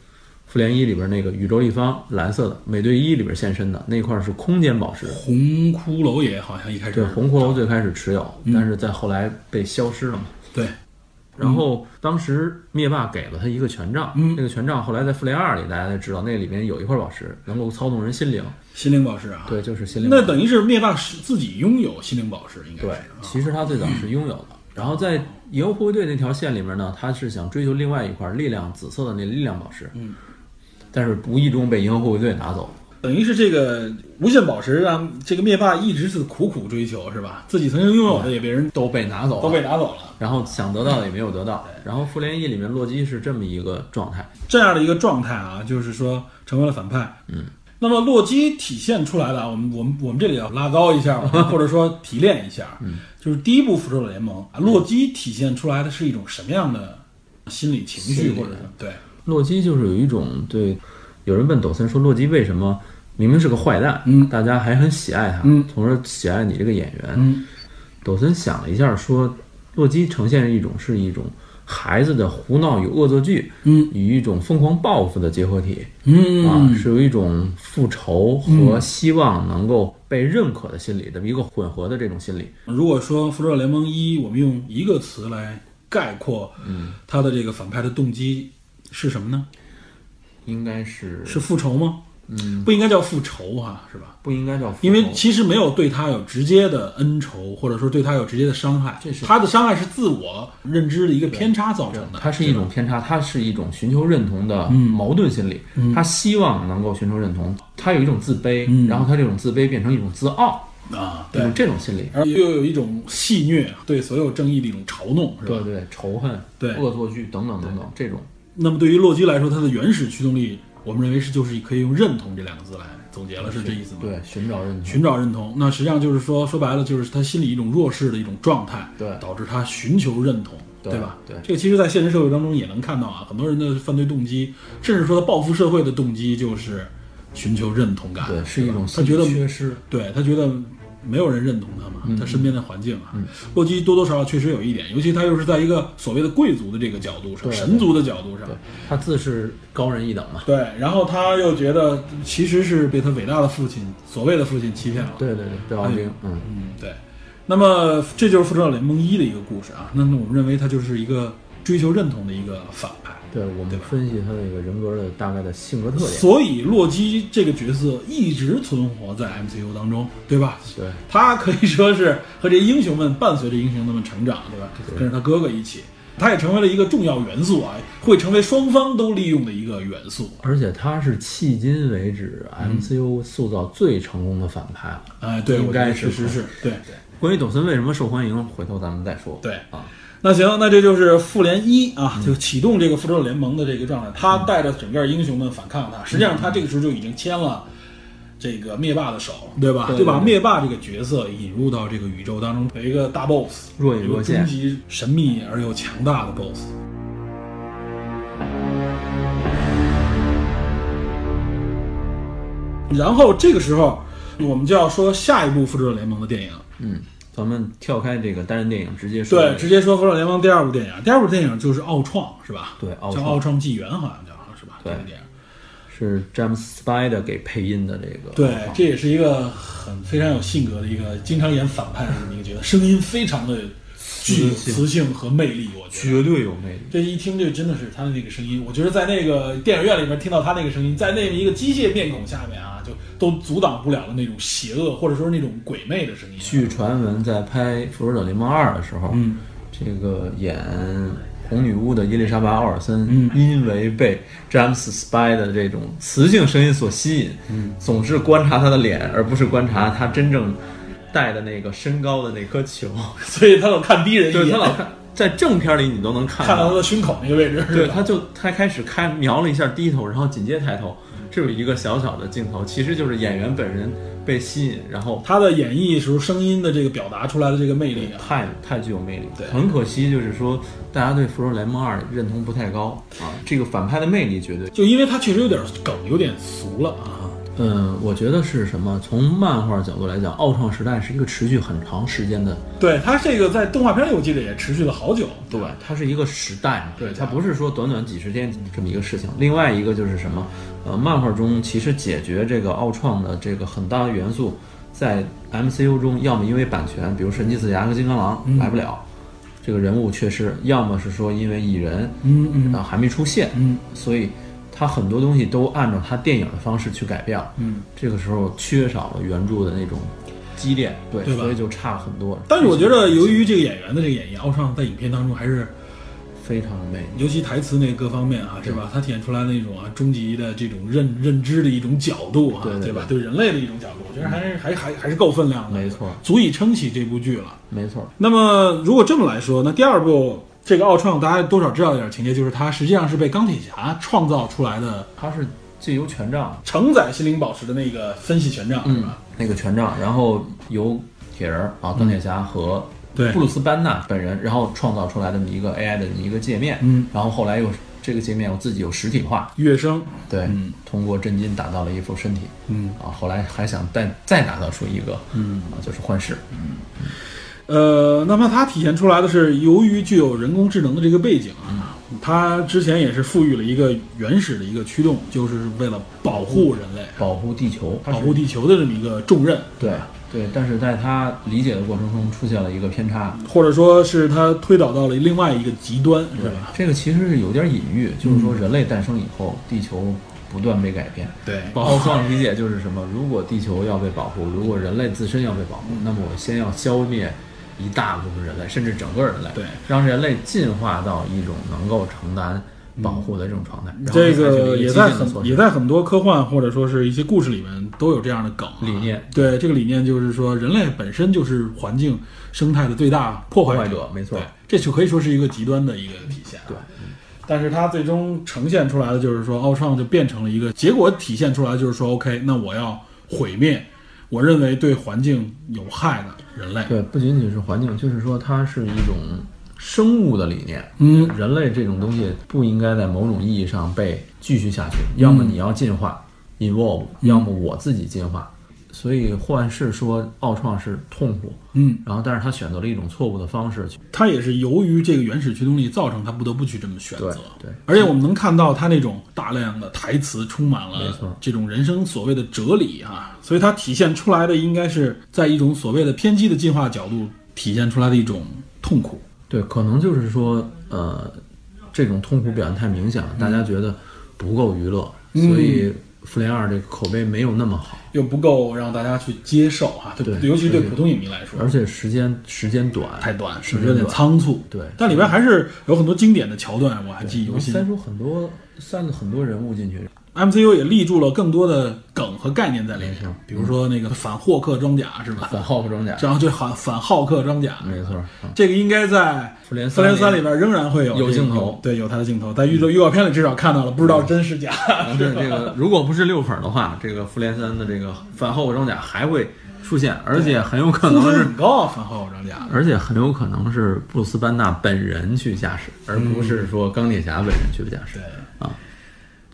[SPEAKER 2] 复联一》里边那个宇宙立方蓝色的美队一里边现身的那块是空间宝石。
[SPEAKER 1] 红骷髅也好像一开始
[SPEAKER 2] 对，红骷髅最开始持有，
[SPEAKER 1] 嗯
[SPEAKER 2] 但是在后来被消失了嘛。
[SPEAKER 1] 对
[SPEAKER 2] 然后当时灭霸给了他一个权杖，
[SPEAKER 1] 嗯
[SPEAKER 2] 那个权杖后来在复联二里大家才知道，那里面有一块宝石能够操纵人心灵，
[SPEAKER 1] 心灵宝石啊，
[SPEAKER 2] 对，就是心灵宝
[SPEAKER 1] 那
[SPEAKER 2] 石。
[SPEAKER 1] 等于是灭霸是自己拥有心灵宝石，应该是
[SPEAKER 2] 对
[SPEAKER 1] 啊，
[SPEAKER 2] 其实他最早是拥有的。然后在银河护卫队那条线里面呢，他是想追求另外一块力量紫色的那力量宝石，
[SPEAKER 1] 嗯，
[SPEAKER 2] 但是无意中被银河护卫队拿走。
[SPEAKER 1] 等于是这个无限宝石让这个灭霸一直是苦苦追求，是吧？自己曾经拥有的也被人
[SPEAKER 2] 都被拿走了，
[SPEAKER 1] 都被拿走了，
[SPEAKER 2] 然后想得到的也没有得到。然后复联一里面洛基是这么一个状态，
[SPEAKER 1] 这样的一个状态啊，就是说成为了反派。嗯，那么洛基体现出来的啊，我们我们我们这里要拉高一下， 或者说提炼一下，嗯，就是第一部《复仇者联盟》啊，洛基体现出来的是一种什么样的心理情绪，
[SPEAKER 2] 心理
[SPEAKER 1] 或者是对，
[SPEAKER 2] 洛基就是有一种对，有人问抖森说洛基为什么明明是个坏蛋，
[SPEAKER 1] 嗯
[SPEAKER 2] 大家还很喜爱他，
[SPEAKER 1] 嗯
[SPEAKER 2] 从而喜爱你这个演员。
[SPEAKER 1] 嗯
[SPEAKER 2] 抖森想了一下说，洛基呈现一种是一种孩子的胡闹与恶作剧，
[SPEAKER 1] 嗯
[SPEAKER 2] 与一种疯狂报复的结合体、
[SPEAKER 1] 嗯
[SPEAKER 2] 啊，是有一种复仇和希望能够被认可的心理的、一个混合的这种心理。
[SPEAKER 1] 如果说《复仇者联盟一》，我们用一个词来概括，嗯，他的这个反派的动机是什么呢？
[SPEAKER 2] 应该是
[SPEAKER 1] 是复仇吗？嗯，不应该叫复仇哈、是吧？
[SPEAKER 2] 不应该叫复仇
[SPEAKER 1] 因为其实没有对他有直接的恩仇，或者说对他有直接的伤害，
[SPEAKER 2] 这是
[SPEAKER 1] 他的伤害是自我认知的一个偏差造成的。
[SPEAKER 2] 它是一嗯种偏差，它是一种寻求认同的矛盾心理，他希望能够寻求认同，他有一种自卑，然后他这种自卑变成一种自傲，
[SPEAKER 1] 啊，
[SPEAKER 2] 一
[SPEAKER 1] 对
[SPEAKER 2] 种，这种心理，
[SPEAKER 1] 而又有一种戏谑，对所有正义的一种嘲弄，是吧？
[SPEAKER 2] 对对，仇恨、
[SPEAKER 1] 对
[SPEAKER 2] 恶作剧等等等等，这种
[SPEAKER 1] 那么对于洛基来说，他的原始驱动力，我们认为是就是可以用认同这两个字来总结了，是这意思吗？
[SPEAKER 2] 对寻找认同，
[SPEAKER 1] 寻找认同，那实际上就是说，说白了就是他心里一种弱势的一种状态，
[SPEAKER 2] 对
[SPEAKER 1] 导致他寻求认同，
[SPEAKER 2] 对
[SPEAKER 1] 吧？
[SPEAKER 2] 对
[SPEAKER 1] 这个其实，在现实社会当中也能看到啊，很多人的犯罪动机，甚至说他报复社会的动机，就是寻求认同感，
[SPEAKER 2] 对，是一
[SPEAKER 1] 吧
[SPEAKER 2] 种
[SPEAKER 1] 他觉得
[SPEAKER 2] 心理缺嗯失，
[SPEAKER 1] 对他觉得没有人认同他嘛，他身边的环境
[SPEAKER 2] 嗯
[SPEAKER 1] 啊，洛基多多少少确实有一点，尤其他又是在一个所谓的贵族的这个角度上，
[SPEAKER 2] 对
[SPEAKER 1] 神族的角度上
[SPEAKER 2] 对，，他自是高人一等嘛，
[SPEAKER 1] 对，然后他又觉得其实是被他伟大的父亲，所谓的父亲欺骗了，
[SPEAKER 2] 对对对，对奥丁，嗯，
[SPEAKER 1] 嗯，对。那么这就是《复仇者联盟一》的一个故事啊。那么我们认为它就是一个追求认同的一个反派。
[SPEAKER 2] 对嗯我们分析他的一个人格的大概的性格特点，
[SPEAKER 1] 所以洛基这个角色一直存活在 MCU 当中，对吧？
[SPEAKER 2] 对，
[SPEAKER 1] 他可以说是和这些英雄们伴随着英雄们成长，对吧？跟着他哥哥一起。它也成为了一个重要元素啊，会成为双方都利用的一个元素。
[SPEAKER 2] 而且他是迄今为止 MCU 塑造最成功的反派了。
[SPEAKER 1] 哎，对，
[SPEAKER 2] 应
[SPEAKER 1] 我觉得
[SPEAKER 2] 该
[SPEAKER 1] 确实
[SPEAKER 2] 是
[SPEAKER 1] 是对对
[SPEAKER 2] 关于董存为什么受欢迎，回头咱们再说。
[SPEAKER 1] 对
[SPEAKER 2] 啊，
[SPEAKER 1] 那行，那这就是复联一啊，
[SPEAKER 2] 嗯
[SPEAKER 1] 就启动这个复仇者联盟的这个状态。他带着整个英雄们反抗他，实际上他这个时候就已经牵了这个灭霸的手，对吧？
[SPEAKER 2] 对
[SPEAKER 1] 就把
[SPEAKER 2] 对
[SPEAKER 1] 灭霸这个角色引入到这个宇宙当中，有一个大 boss，
[SPEAKER 2] 若隐若现
[SPEAKER 1] 有一个终极神秘而又强大的 boss。然后这个时候，我们就要说下一部复仇者联盟的电影。
[SPEAKER 2] 嗯，咱们跳开这个单人电影，直接说
[SPEAKER 1] 对，直接说《复仇者联盟》第二部电影，第二部电影就是《奥创》，是吧？
[SPEAKER 2] 对奥
[SPEAKER 1] 叫
[SPEAKER 2] 创
[SPEAKER 1] 《奥创纪元》，好像叫是吧？
[SPEAKER 2] 对
[SPEAKER 1] 这个电影，
[SPEAKER 2] 是 James Spider 给配音的这个。
[SPEAKER 1] 对，这也是一个很非常有性格的一个，经常演反派的这么一个角色，声音非常的具有
[SPEAKER 2] 磁性
[SPEAKER 1] 磁性和魅力，我觉得。
[SPEAKER 2] 绝对有魅力。
[SPEAKER 1] 这一听就真的是他的那个声音，我觉得在那个电影院里面听到他那个声音，在那么一个机械面孔下面啊，就都阻挡不了的那种邪恶或者说是那种鬼魅的声音。啊
[SPEAKER 2] 据传闻，在拍《复仇者联盟二》的时候，
[SPEAKER 1] 嗯，
[SPEAKER 2] 这个演红女巫的伊丽莎白·奥尔森，嗯，因为被詹姆斯·斯派的这种磁性声音所吸引，嗯，总是观察他的脸，而不是观察他真正戴的那个身高的那颗 球。
[SPEAKER 1] 所以他老看低人一
[SPEAKER 2] 对他
[SPEAKER 1] 眼，
[SPEAKER 2] 老看，啊在正片里你都能看
[SPEAKER 1] 看到他的胸口那个位置，
[SPEAKER 2] 对，
[SPEAKER 1] 是吧
[SPEAKER 2] 他就他开始开瞄了一下低头，然后紧接抬头，这有一个小小的镜头，其实就是演员本人被吸引，然后
[SPEAKER 1] 他的演绎时候声音的这个表达出来的这个魅力啊，
[SPEAKER 2] 太太具有魅力。
[SPEAKER 1] 对
[SPEAKER 2] 很可惜就是说，大家对《复仇者联盟二》认同不太高啊，这个反派的魅力绝对。
[SPEAKER 1] 就因为他确实有点梗，有点俗了啊。
[SPEAKER 2] 嗯，我觉得是什么？从漫画角度来讲，奥创时代是一个持续很长时间的，
[SPEAKER 1] 对他这个在动画片里，我记得也持续了好久。
[SPEAKER 2] 对，它是一个时代嘛，
[SPEAKER 1] 对
[SPEAKER 2] 它不是说短短几十天这么一个事情。另外一个就是什么？呃，漫画中其实解决这个奥创的这个很大的元素，在 MCU 中，要么因为版权，比如神奇四侠和金刚狼、
[SPEAKER 1] 嗯
[SPEAKER 2] 来不了，这个人物缺失；要么是说因为蚁人，
[SPEAKER 1] 嗯嗯
[SPEAKER 2] 啊还没出现，
[SPEAKER 1] 嗯，
[SPEAKER 2] 所以它很多东西都按照它电影的方式去改变了，
[SPEAKER 1] 嗯，
[SPEAKER 2] 这个时候缺少了原著的那种积淀，对，
[SPEAKER 1] 对吧
[SPEAKER 2] 所以就差很多。
[SPEAKER 1] 但是我觉得，由于这个演员的这个演绎，奥尚在影片当中还是，
[SPEAKER 2] 非常美。
[SPEAKER 1] 尤其台词那各方面啊，是吧？他体现出来那种啊，终极的这种认认知的一种角度啊，
[SPEAKER 2] 对对对
[SPEAKER 1] 吧？对人类的一种角度，我觉得还是还还还是够分量的，
[SPEAKER 2] 没错，
[SPEAKER 1] 足以撑起这部剧了。
[SPEAKER 2] 没错，
[SPEAKER 1] 那么如果这么来说，那第二部这个奥创，大家多少知道一点情节，就是它实际上是被钢铁侠创造出来的，
[SPEAKER 2] 他是借由权杖，
[SPEAKER 1] 承载心灵宝石的那个分析权杖，是吧？，
[SPEAKER 2] 那个权杖，然后由铁人儿啊，钢铁侠和
[SPEAKER 1] 对
[SPEAKER 2] 布鲁斯班纳本人，然后创造出来的这么一个 AI 的一个界面，
[SPEAKER 1] 嗯，
[SPEAKER 2] 然后后来又这个界面我自己有实体化，
[SPEAKER 1] 乐声，
[SPEAKER 2] 对，通过震惊打造了一副身体，
[SPEAKER 1] 嗯，
[SPEAKER 2] 啊，后来还想再再打造出一个，嗯，啊，就是幻视，
[SPEAKER 1] 呃，那么它体现出来的是，由于具有人工智能的这个背景啊，它之前也是赋予了一个原始的一个驱动，就是为了保护人类、
[SPEAKER 2] 保护地球，
[SPEAKER 1] 保护地球的这么一个重任，
[SPEAKER 2] 对对，但是在他理解的过程中出现了一个偏差，
[SPEAKER 1] 或者说是它推导到了另外一个极端，是吧？
[SPEAKER 2] 这个其实是有点隐喻，就是
[SPEAKER 1] 嗯
[SPEAKER 2] 说人类诞生以后，地球不断被改变，
[SPEAKER 1] 对
[SPEAKER 2] 奥创理解就是什么？如果地球要被保护，如果人类自身要被保护，那么我先要消灭一大部分人类，甚至整个人类，
[SPEAKER 1] 对
[SPEAKER 2] 让人类进化到一种能够承担保护的这种状态。然后
[SPEAKER 1] 嗯这
[SPEAKER 2] 采取了
[SPEAKER 1] 个
[SPEAKER 2] 一
[SPEAKER 1] 也
[SPEAKER 2] 激
[SPEAKER 1] 在
[SPEAKER 2] 进的措
[SPEAKER 1] 很
[SPEAKER 2] 施
[SPEAKER 1] 也在很多科幻或者说是一些故事里面都有这样的梗啊
[SPEAKER 2] 理念。
[SPEAKER 1] 对，这个理念就是说，人类本身就是环境生态的最大破
[SPEAKER 2] 破
[SPEAKER 1] 坏
[SPEAKER 2] 坏者没错
[SPEAKER 1] 对这就可以说是一个极端的一个体现、啊。
[SPEAKER 2] 对，
[SPEAKER 1] 但是它最终呈现出来的就是说，奥创就变成了一个结果，体现出来就是说，OK，那我要毁灭我认为对环境有害的人类。
[SPEAKER 2] 对，不仅仅是环境，就是说它是一种生物的理念。
[SPEAKER 1] 嗯，
[SPEAKER 2] 人类这种东西不应该在某种意义上被继续下去，要
[SPEAKER 1] 嗯
[SPEAKER 2] 么你要进化、e v o l v e 要么我自己进化。所以幻视说奥创是痛苦，
[SPEAKER 1] 嗯，
[SPEAKER 2] 然后但是他选择了一种错误的方式去，
[SPEAKER 1] 它也是由于这个原始驱动力造成，它不得不去这么选择。
[SPEAKER 2] 对对
[SPEAKER 1] 而且我们能看到它那种大量的台词充满
[SPEAKER 2] 没
[SPEAKER 1] 了
[SPEAKER 2] 错
[SPEAKER 1] 这种人生所谓的哲理啊，所以它体现出来的应该是在一种所谓的偏激的进化角度体现出来的一种痛苦。
[SPEAKER 2] 对，可能就是说，嗯呃，这种痛苦表现太明显了，大家觉得不够娱乐，所以复联二这个口碑没有那么好，
[SPEAKER 1] 又不够让大家去接受哈，对，
[SPEAKER 2] 对
[SPEAKER 1] 尤其对普通影迷来说，
[SPEAKER 2] 而且时间时间短，
[SPEAKER 1] 太短，是
[SPEAKER 2] 时间
[SPEAKER 1] 有点
[SPEAKER 2] 短
[SPEAKER 1] 仓促。
[SPEAKER 2] 对
[SPEAKER 1] 但里边还是有很多经典的桥段，我还记忆犹
[SPEAKER 2] 能
[SPEAKER 1] 新。
[SPEAKER 2] 塞出很多塞了很多人物进去，
[SPEAKER 1] MCU 也立住了更多的梗和概念在里
[SPEAKER 2] 没错
[SPEAKER 1] 面，比如说那个反霍克装甲是吧？
[SPEAKER 2] 反浩克装甲，
[SPEAKER 1] 然后就反反浩克装甲，
[SPEAKER 2] 没错， 嗯
[SPEAKER 1] 这个应该在
[SPEAKER 2] 复联
[SPEAKER 1] 复联三
[SPEAKER 2] 三
[SPEAKER 1] 里边仍然会有
[SPEAKER 2] 有
[SPEAKER 1] 这
[SPEAKER 2] 镜
[SPEAKER 1] 个
[SPEAKER 2] 头嗯
[SPEAKER 1] 对，有他的镜头，在预告预告片里至少看到了，不知道真是假。
[SPEAKER 2] 啊但是这个如果不是六粉儿的话，这个复联三的这个反浩克装甲还会出现，而且很有可
[SPEAKER 1] 呼
[SPEAKER 2] 能
[SPEAKER 1] 声
[SPEAKER 2] 是
[SPEAKER 1] 很高啊，反浩克装甲。
[SPEAKER 2] 而且很有可能是布鲁斯班纳本人去驾驶，而不是说钢铁侠本人去驾驶
[SPEAKER 1] 嗯对。
[SPEAKER 2] 啊。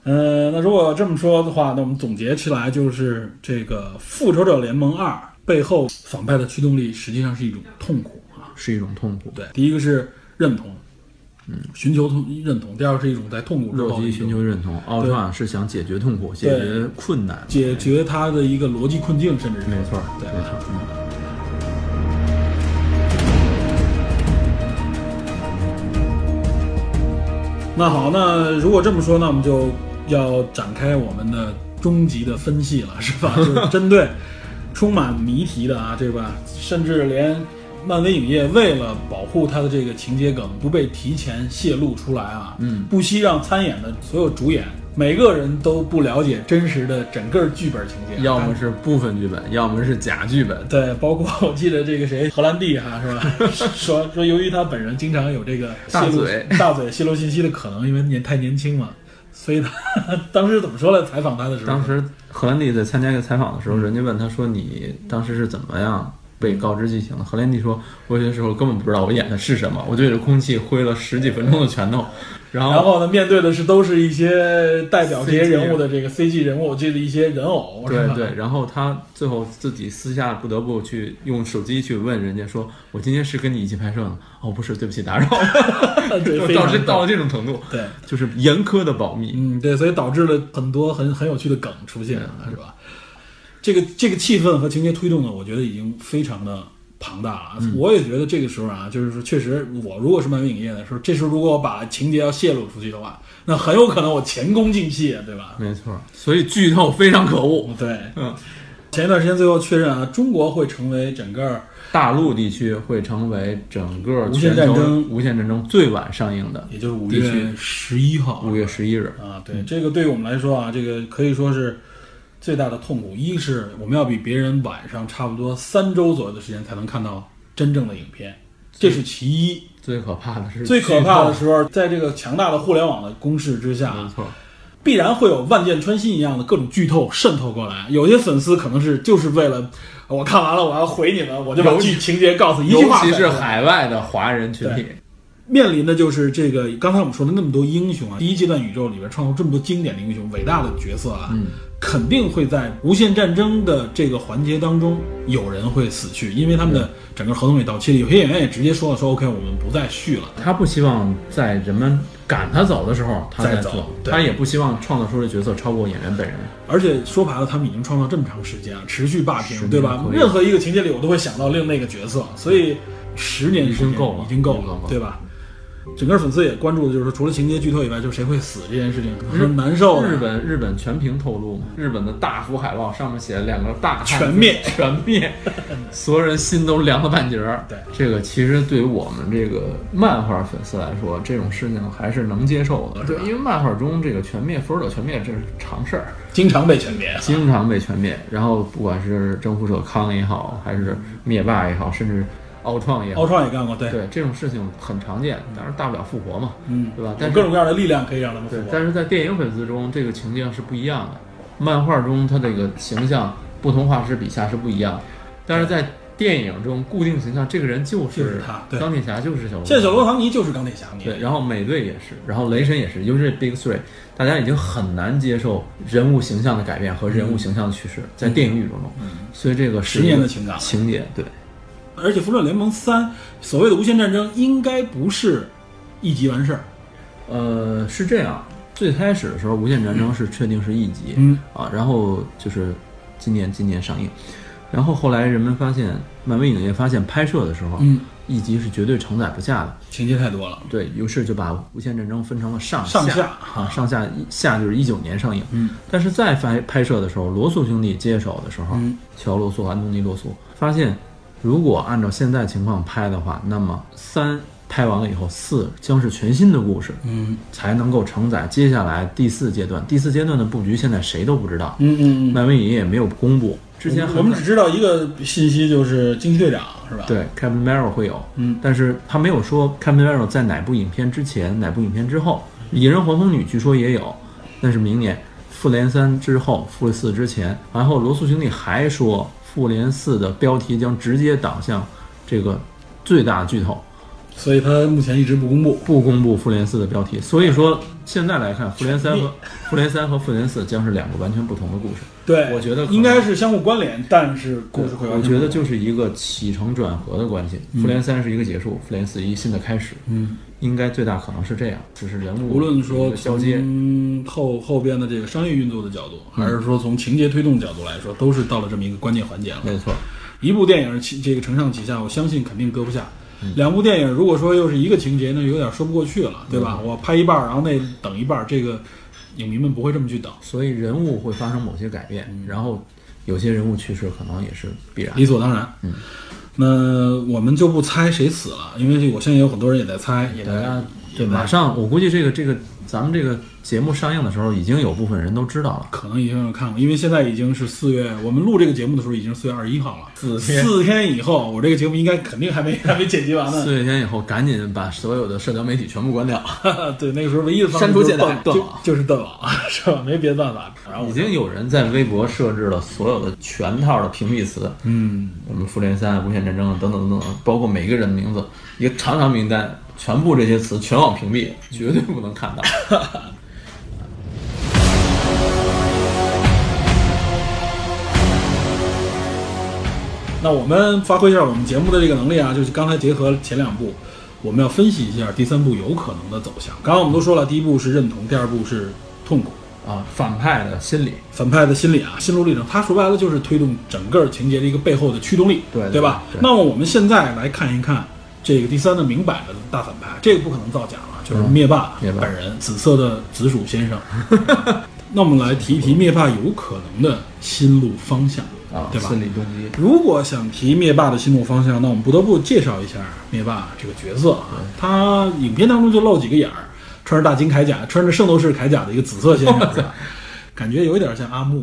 [SPEAKER 1] 呃，那如果这么说的话，那我们总结起来就是，这个《复仇者联盟二》背后反派的驱动力实际上是一种痛苦啊。
[SPEAKER 2] 是一种痛苦。
[SPEAKER 1] 对，第一个是认同，嗯，寻求同认同；第二个是一种在痛苦之
[SPEAKER 2] 洛
[SPEAKER 1] 后的
[SPEAKER 2] 基
[SPEAKER 1] 一种
[SPEAKER 2] 寻求认同，奥创是想解决痛苦，解决困难。
[SPEAKER 1] 解决他的一个逻辑困境，甚至是
[SPEAKER 2] 没错，
[SPEAKER 1] 对
[SPEAKER 2] 没错。嗯
[SPEAKER 1] 那好，那如果这么说，那我们就要展开我们的终极的分析了，是 吧？就是针对充满谜题的啊，对吧？甚至连漫威影业为了保护它的这个情节梗不被提前泄露出来啊，
[SPEAKER 2] 嗯，
[SPEAKER 1] 不惜让参演的所有主演每个人都不了解真实的整个剧本情节，
[SPEAKER 2] 要么是部分剧
[SPEAKER 1] 嗯
[SPEAKER 2] 本，要么是假剧本。
[SPEAKER 1] 对，包括我记得这个谁，荷兰弟哈是 吧？说说由于他本人经常有这个泄露
[SPEAKER 2] 大嘴
[SPEAKER 1] 大嘴泄露信息的可能，因为年太年轻嘛，所以他 当时怎么说来采访他的时候，
[SPEAKER 2] 当时荷兰弟在参加一个采访的时候，人家问他说：“你当时是怎么样被告知剧情的？”荷兰弟说：“我有些时候根本不知道我演的是什么，我对着空气挥了十几分钟的拳头，然
[SPEAKER 1] 然
[SPEAKER 2] 后
[SPEAKER 1] 后呢，面对的是都是一些代表这些人物的这个 CG 人物，我记得一些人偶，是
[SPEAKER 2] 对
[SPEAKER 1] 吧？
[SPEAKER 2] 对，然后他最后自己私下不得不去用手机去问人家说：‘我今天是跟你一起拍摄的吗？’哦，不是，对不起，打扰。
[SPEAKER 1] 对
[SPEAKER 2] 就
[SPEAKER 1] 非
[SPEAKER 2] 到
[SPEAKER 1] 常
[SPEAKER 2] 这到了这种程度，
[SPEAKER 1] 对。
[SPEAKER 2] 就是严苛的保密。
[SPEAKER 1] 嗯，对，所以导致了很多很很有趣的梗出现，
[SPEAKER 2] 嗯
[SPEAKER 1] 是吧？这个这个气氛和情节推动呢，我觉得已经非常的庞大了。
[SPEAKER 2] 嗯
[SPEAKER 1] 我也觉得这个时候啊，就是说，确实，我如果是漫威影业的时候，这时候如果我把情节要泄露出去的话，那很有可能我前功尽弃，啊对吧？
[SPEAKER 2] 没错，所以剧透非常可恶。
[SPEAKER 1] 对，
[SPEAKER 2] 嗯，
[SPEAKER 1] 前一段时间最后确认啊，中国会成为整个
[SPEAKER 2] 大陆地区会成为整个
[SPEAKER 1] 无限
[SPEAKER 2] 全
[SPEAKER 1] 战
[SPEAKER 2] 球
[SPEAKER 1] 争
[SPEAKER 2] 无限战争最晚上映的
[SPEAKER 1] 也就是五
[SPEAKER 2] 地区
[SPEAKER 1] 月十一号，
[SPEAKER 2] 五月十一日。
[SPEAKER 1] 啊，对，这个对于我们来说啊，这个可以说是最大的痛苦。一是我们要比别人晚上差不多三周左右的时间才能看到真正的影片，这是其一。
[SPEAKER 2] 最可怕的嗯是
[SPEAKER 1] 最可怕的
[SPEAKER 2] 剧
[SPEAKER 1] 时候，在这个强大的互联网的攻势之
[SPEAKER 2] 透没
[SPEAKER 1] 下，
[SPEAKER 2] 错，
[SPEAKER 1] 必然会有万箭穿心一样的各种剧透渗透过来。有些粉丝可能是就是为了我看完了我要回你们，我就把
[SPEAKER 2] 尤其
[SPEAKER 1] 剧情节告诉一句
[SPEAKER 2] 尤
[SPEAKER 1] 话
[SPEAKER 2] 其是
[SPEAKER 1] 甩过来
[SPEAKER 2] 海外的华人群体，
[SPEAKER 1] 面临的就是这个，刚才我们说的那么多英
[SPEAKER 2] 嗯
[SPEAKER 1] 雄啊，第一阶段宇宙里边创造这么多经典的英雄、伟大的角色啊，
[SPEAKER 2] 嗯
[SPEAKER 1] 肯定会在无限战争的这个环节当中，有人会死去，因为他们
[SPEAKER 2] 嗯
[SPEAKER 1] 的整个合同也到期了。有些演员也直接说了说 OK，我们不再续了。
[SPEAKER 2] 他不希望在人们赶他走的时候他
[SPEAKER 1] 再
[SPEAKER 2] 再
[SPEAKER 1] 走
[SPEAKER 2] 做，
[SPEAKER 1] 对
[SPEAKER 2] 他也不希望创造出的角色超过演员本人。
[SPEAKER 1] 而且说白了，他们已经创造这么长时间啊，持续霸
[SPEAKER 2] 十
[SPEAKER 1] 屏，
[SPEAKER 2] 年
[SPEAKER 1] 对吧？
[SPEAKER 2] 可以嗯
[SPEAKER 1] 任何一个情节里，我都会想到另那个角色，所以十年时间
[SPEAKER 2] 已经够了
[SPEAKER 1] 已经够
[SPEAKER 2] 已经够
[SPEAKER 1] 了
[SPEAKER 2] 了，
[SPEAKER 1] 对吧？整个粉丝也关注的就是说，除了情节剧透以外，就是谁会死这件事情，很难受的。
[SPEAKER 2] 嗯日本日本全屏透露嘛，日本的大幅海报上面写了两个大汉字
[SPEAKER 1] 全灭
[SPEAKER 2] 全灭，所有人心都凉了半截儿。
[SPEAKER 1] 对
[SPEAKER 2] 这个其实对于我们这个漫画粉丝来说，这种事情还是能接受的，对，因为漫画中这个全灭复仇者全灭这是常事儿，
[SPEAKER 1] 经常被全灭，
[SPEAKER 2] 经常被全灭。然后不管是征服者康也好，还是灭霸也好，甚至奥创也好
[SPEAKER 1] 奥，创也干过，对，
[SPEAKER 2] 对这种事情很常见，当然大不了复活嘛，
[SPEAKER 1] 嗯，
[SPEAKER 2] 对吧？
[SPEAKER 1] 有
[SPEAKER 2] 但是
[SPEAKER 1] 各种各样的力量可以让他们复
[SPEAKER 2] 对，
[SPEAKER 1] 活。
[SPEAKER 2] 但是在电影粉丝中，这个情境是不一样的。漫画中，它这个形象不同画师笔下是不一样，但是在电影中，固定形象这个人就
[SPEAKER 1] 就是
[SPEAKER 2] 是
[SPEAKER 1] 他对
[SPEAKER 2] 钢铁侠就是小罗伯特。
[SPEAKER 1] 现在小罗伯特唐尼就是钢铁侠，你
[SPEAKER 2] 对，然后美队也是，然后雷神也是，尤其是 Big Three，大家已经很难接受人物形象的改变和人物形象的趋势，在电影宇宙中，所以这个
[SPEAKER 1] 嗯
[SPEAKER 2] 是
[SPEAKER 1] 十年
[SPEAKER 2] 一个
[SPEAKER 1] 的情感
[SPEAKER 2] 情节，对，
[SPEAKER 1] 而且《复仇者联盟三》所谓的无限战争应该不是一集完事儿，
[SPEAKER 2] 呃，是这样，最开始的时候，《无限战争》是确定是一集，
[SPEAKER 1] 嗯
[SPEAKER 2] 啊，然后就是今年今年上映，然后后来人们发现，漫威影业发现拍摄的时候，
[SPEAKER 1] 嗯，
[SPEAKER 2] 一集是绝对承载不下的。
[SPEAKER 1] 情节太多了。
[SPEAKER 2] 对于是就把《无限战争》分成了上
[SPEAKER 1] 上
[SPEAKER 2] 下
[SPEAKER 1] 下
[SPEAKER 2] 啊，上下一下就是一九年上映，
[SPEAKER 1] 嗯，
[SPEAKER 2] 但是再拍拍摄的时候，罗素兄弟接手的时候，
[SPEAKER 1] 嗯
[SPEAKER 2] 乔罗素、安东尼罗素发现，如果按照现在情况拍的话，那么三拍完了以后，四将是全新的故事，
[SPEAKER 1] 嗯
[SPEAKER 2] 才能够承载接下来第四阶段。第四阶段的布局现在谁都不知道，
[SPEAKER 1] 嗯嗯嗯。
[SPEAKER 2] 漫威影业也没有公布，之前
[SPEAKER 1] 我们只知道一个信息，就是惊奇队长是吧？，
[SPEAKER 2] 对 Captain Marvel 会有，
[SPEAKER 1] 嗯，
[SPEAKER 2] 但是他没有说 Captain Marvel 在哪部影片之前、哪部影片之后，《蚁人黄蜂女》据说也有，但是明年复联三之后、复联四之前，然后罗素兄弟还说，复联四的标题将直接导向这个最大巨头，
[SPEAKER 1] 所以他目前一直不公布。
[SPEAKER 2] 不公布复联四的标题。所以说，现 在来看，复联三和复联三和复联四将是两个完全不同的故事。
[SPEAKER 1] 对，
[SPEAKER 2] 我觉得可能
[SPEAKER 1] 应该是相互关联，但是故事会
[SPEAKER 2] 我
[SPEAKER 1] 完全
[SPEAKER 2] 觉得
[SPEAKER 1] 不
[SPEAKER 2] 就是一个起承转合的关系。复联三是一个结束，复联四一新的开始。
[SPEAKER 1] 嗯，
[SPEAKER 2] 应该最大可能是这样，只是人物
[SPEAKER 1] 无论说
[SPEAKER 2] 的交接，
[SPEAKER 1] 从后后边的这个商业运作的角度，
[SPEAKER 2] 嗯
[SPEAKER 1] 还是说从情节推动角度来说，都是到了这么一个关键环节了。
[SPEAKER 2] 没错，
[SPEAKER 1] 一部电影其这个承上启下，我相信肯定搁不下。
[SPEAKER 2] 嗯
[SPEAKER 1] 两部电影如果说又是一个情节，那有点说不过去了，对吧？我拍一半儿，然后那等一半儿，这个影迷们不会这么去等，
[SPEAKER 2] 所以人物会发生某些改变，
[SPEAKER 1] 嗯
[SPEAKER 2] 然后有些人物去世可能也是必然。
[SPEAKER 1] 理所当然。嗯，那我们就不猜谁死了，因为我相信有很多人也在猜，也
[SPEAKER 2] 大
[SPEAKER 1] 在
[SPEAKER 2] 家对，
[SPEAKER 1] 也在
[SPEAKER 2] 马上我估计这个这个咱们这个节目上映的时候，已经有部分人都知道了。
[SPEAKER 1] 可能已经有看过，因为现在已经是四月，我们录这个节目的时候已经是四月二十一号了，
[SPEAKER 2] 四天
[SPEAKER 1] 四天以后，我这个节目应该肯定还 没还没剪辑完呢。
[SPEAKER 2] 四月天以后，赶紧把所有的社交媒体全部关 掉。
[SPEAKER 1] 对，那个时候唯一的方式
[SPEAKER 2] 删除
[SPEAKER 1] 就是
[SPEAKER 2] 简单
[SPEAKER 1] 断
[SPEAKER 2] 断
[SPEAKER 1] 就
[SPEAKER 2] 网
[SPEAKER 1] 就是断网， 是吧？没别的办法。然后我
[SPEAKER 2] 已经有人在微博设置了所有的全套的屏蔽词，
[SPEAKER 1] 嗯，
[SPEAKER 2] 我们复联三、无限战争等等等等，包括每个人的名字，一个长长名单，全部这些词全网屏蔽，绝对不能看到。
[SPEAKER 1] 那我们发挥一下我们节目的这个能力啊，就是刚才结合前两部，我们要分析一下第三部有可能的走向。刚刚我们都说了，第一部是认同，第二部是痛苦，
[SPEAKER 2] 啊，反派的心理，
[SPEAKER 1] 反派的心理啊，心路历程，它说白了就是推动整个情节的一个背后的驱动力，
[SPEAKER 2] 对
[SPEAKER 1] 对吧
[SPEAKER 2] 对对
[SPEAKER 1] 那么我们现在来看一看这个第三的明摆的大反派，这个不可能造假了，就是灭霸
[SPEAKER 2] 嗯灭霸
[SPEAKER 1] 本人，紫色的紫薯先 生。那我们来提一提灭霸有可能的心路方向
[SPEAKER 2] 啊，
[SPEAKER 1] 对吧？
[SPEAKER 2] 心理动机，
[SPEAKER 1] 如果想提灭霸的心路方向，那我们不得不介绍一下灭霸这个角色
[SPEAKER 2] 嗯
[SPEAKER 1] 啊。他影片当中就露几个眼儿，穿着大金铠甲，穿着圣斗士铠甲的一个紫色先生，是 吧感觉有一点像阿木，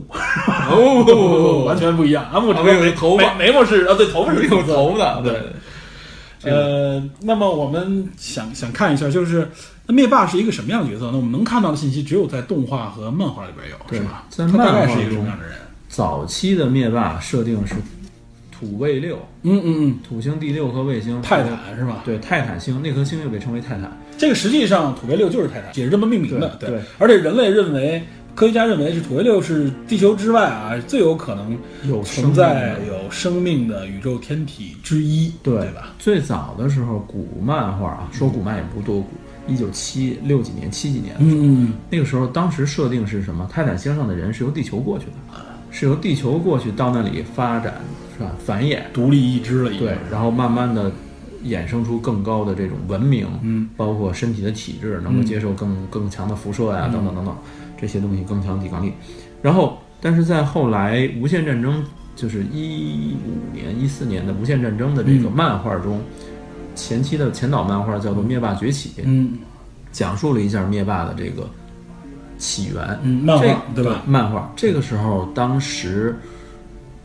[SPEAKER 2] 哦
[SPEAKER 1] 完全不一样。阿木只不
[SPEAKER 2] 阿
[SPEAKER 1] 过
[SPEAKER 2] 木有
[SPEAKER 1] 眉
[SPEAKER 2] 头发
[SPEAKER 1] 眉眉毛是啊，对，头发是
[SPEAKER 2] 有头的，
[SPEAKER 1] 对
[SPEAKER 2] 对，
[SPEAKER 1] 呃，那么我们想想看一下，就是那灭霸是一个什么样的角色呢？我们能看到的信息只有在动画和漫画里边有，
[SPEAKER 2] 对
[SPEAKER 1] 是吧？
[SPEAKER 2] 在
[SPEAKER 1] 他大概
[SPEAKER 2] 漫画
[SPEAKER 1] 是一个什
[SPEAKER 2] 中
[SPEAKER 1] 么样的人？
[SPEAKER 2] 早期的灭霸设定是土卫六，
[SPEAKER 1] 嗯嗯嗯，
[SPEAKER 2] 土星第六颗卫星
[SPEAKER 1] 泰，坦是吧？
[SPEAKER 2] 对，泰坦星那颗星又被称为泰坦，
[SPEAKER 1] 这个实际上土卫六就是泰坦，也是这么命名的。
[SPEAKER 2] 对对
[SPEAKER 1] 而且人类认为，科学家认为是土卫六是地球之外啊最有可能
[SPEAKER 2] 有
[SPEAKER 1] 存在
[SPEAKER 2] 生命的
[SPEAKER 1] 有生命的宇宙天体之一，对嗯
[SPEAKER 2] 对
[SPEAKER 1] 吧？？
[SPEAKER 2] 最早的时候，古漫画啊，说古漫也不多古，一九七六几年、七几年，
[SPEAKER 1] 嗯
[SPEAKER 2] 那个时候当时设定是什么？泰坦星上的人是由地球过去的，是由地球过去到那里发展是吧？繁衍
[SPEAKER 1] 嗯，独立一支了已经。
[SPEAKER 2] 对，然后慢慢的衍生出更高的这种文明，
[SPEAKER 1] 嗯，
[SPEAKER 2] 包括身体的体质能够接受更更强的辐射
[SPEAKER 1] 嗯
[SPEAKER 2] 呀、等等等等这些东西更强的抵抗力。然后，但是在后来无限战争，就是一五年、一四年的无限战争的这个
[SPEAKER 1] 嗯
[SPEAKER 2] 漫画中，前期的前导漫画叫做《灭霸崛起》，
[SPEAKER 1] 嗯
[SPEAKER 2] 讲述了一下灭霸的这个起源，
[SPEAKER 1] 嗯，漫
[SPEAKER 2] 这
[SPEAKER 1] 画对吧？？
[SPEAKER 2] 漫画这个时候，当时，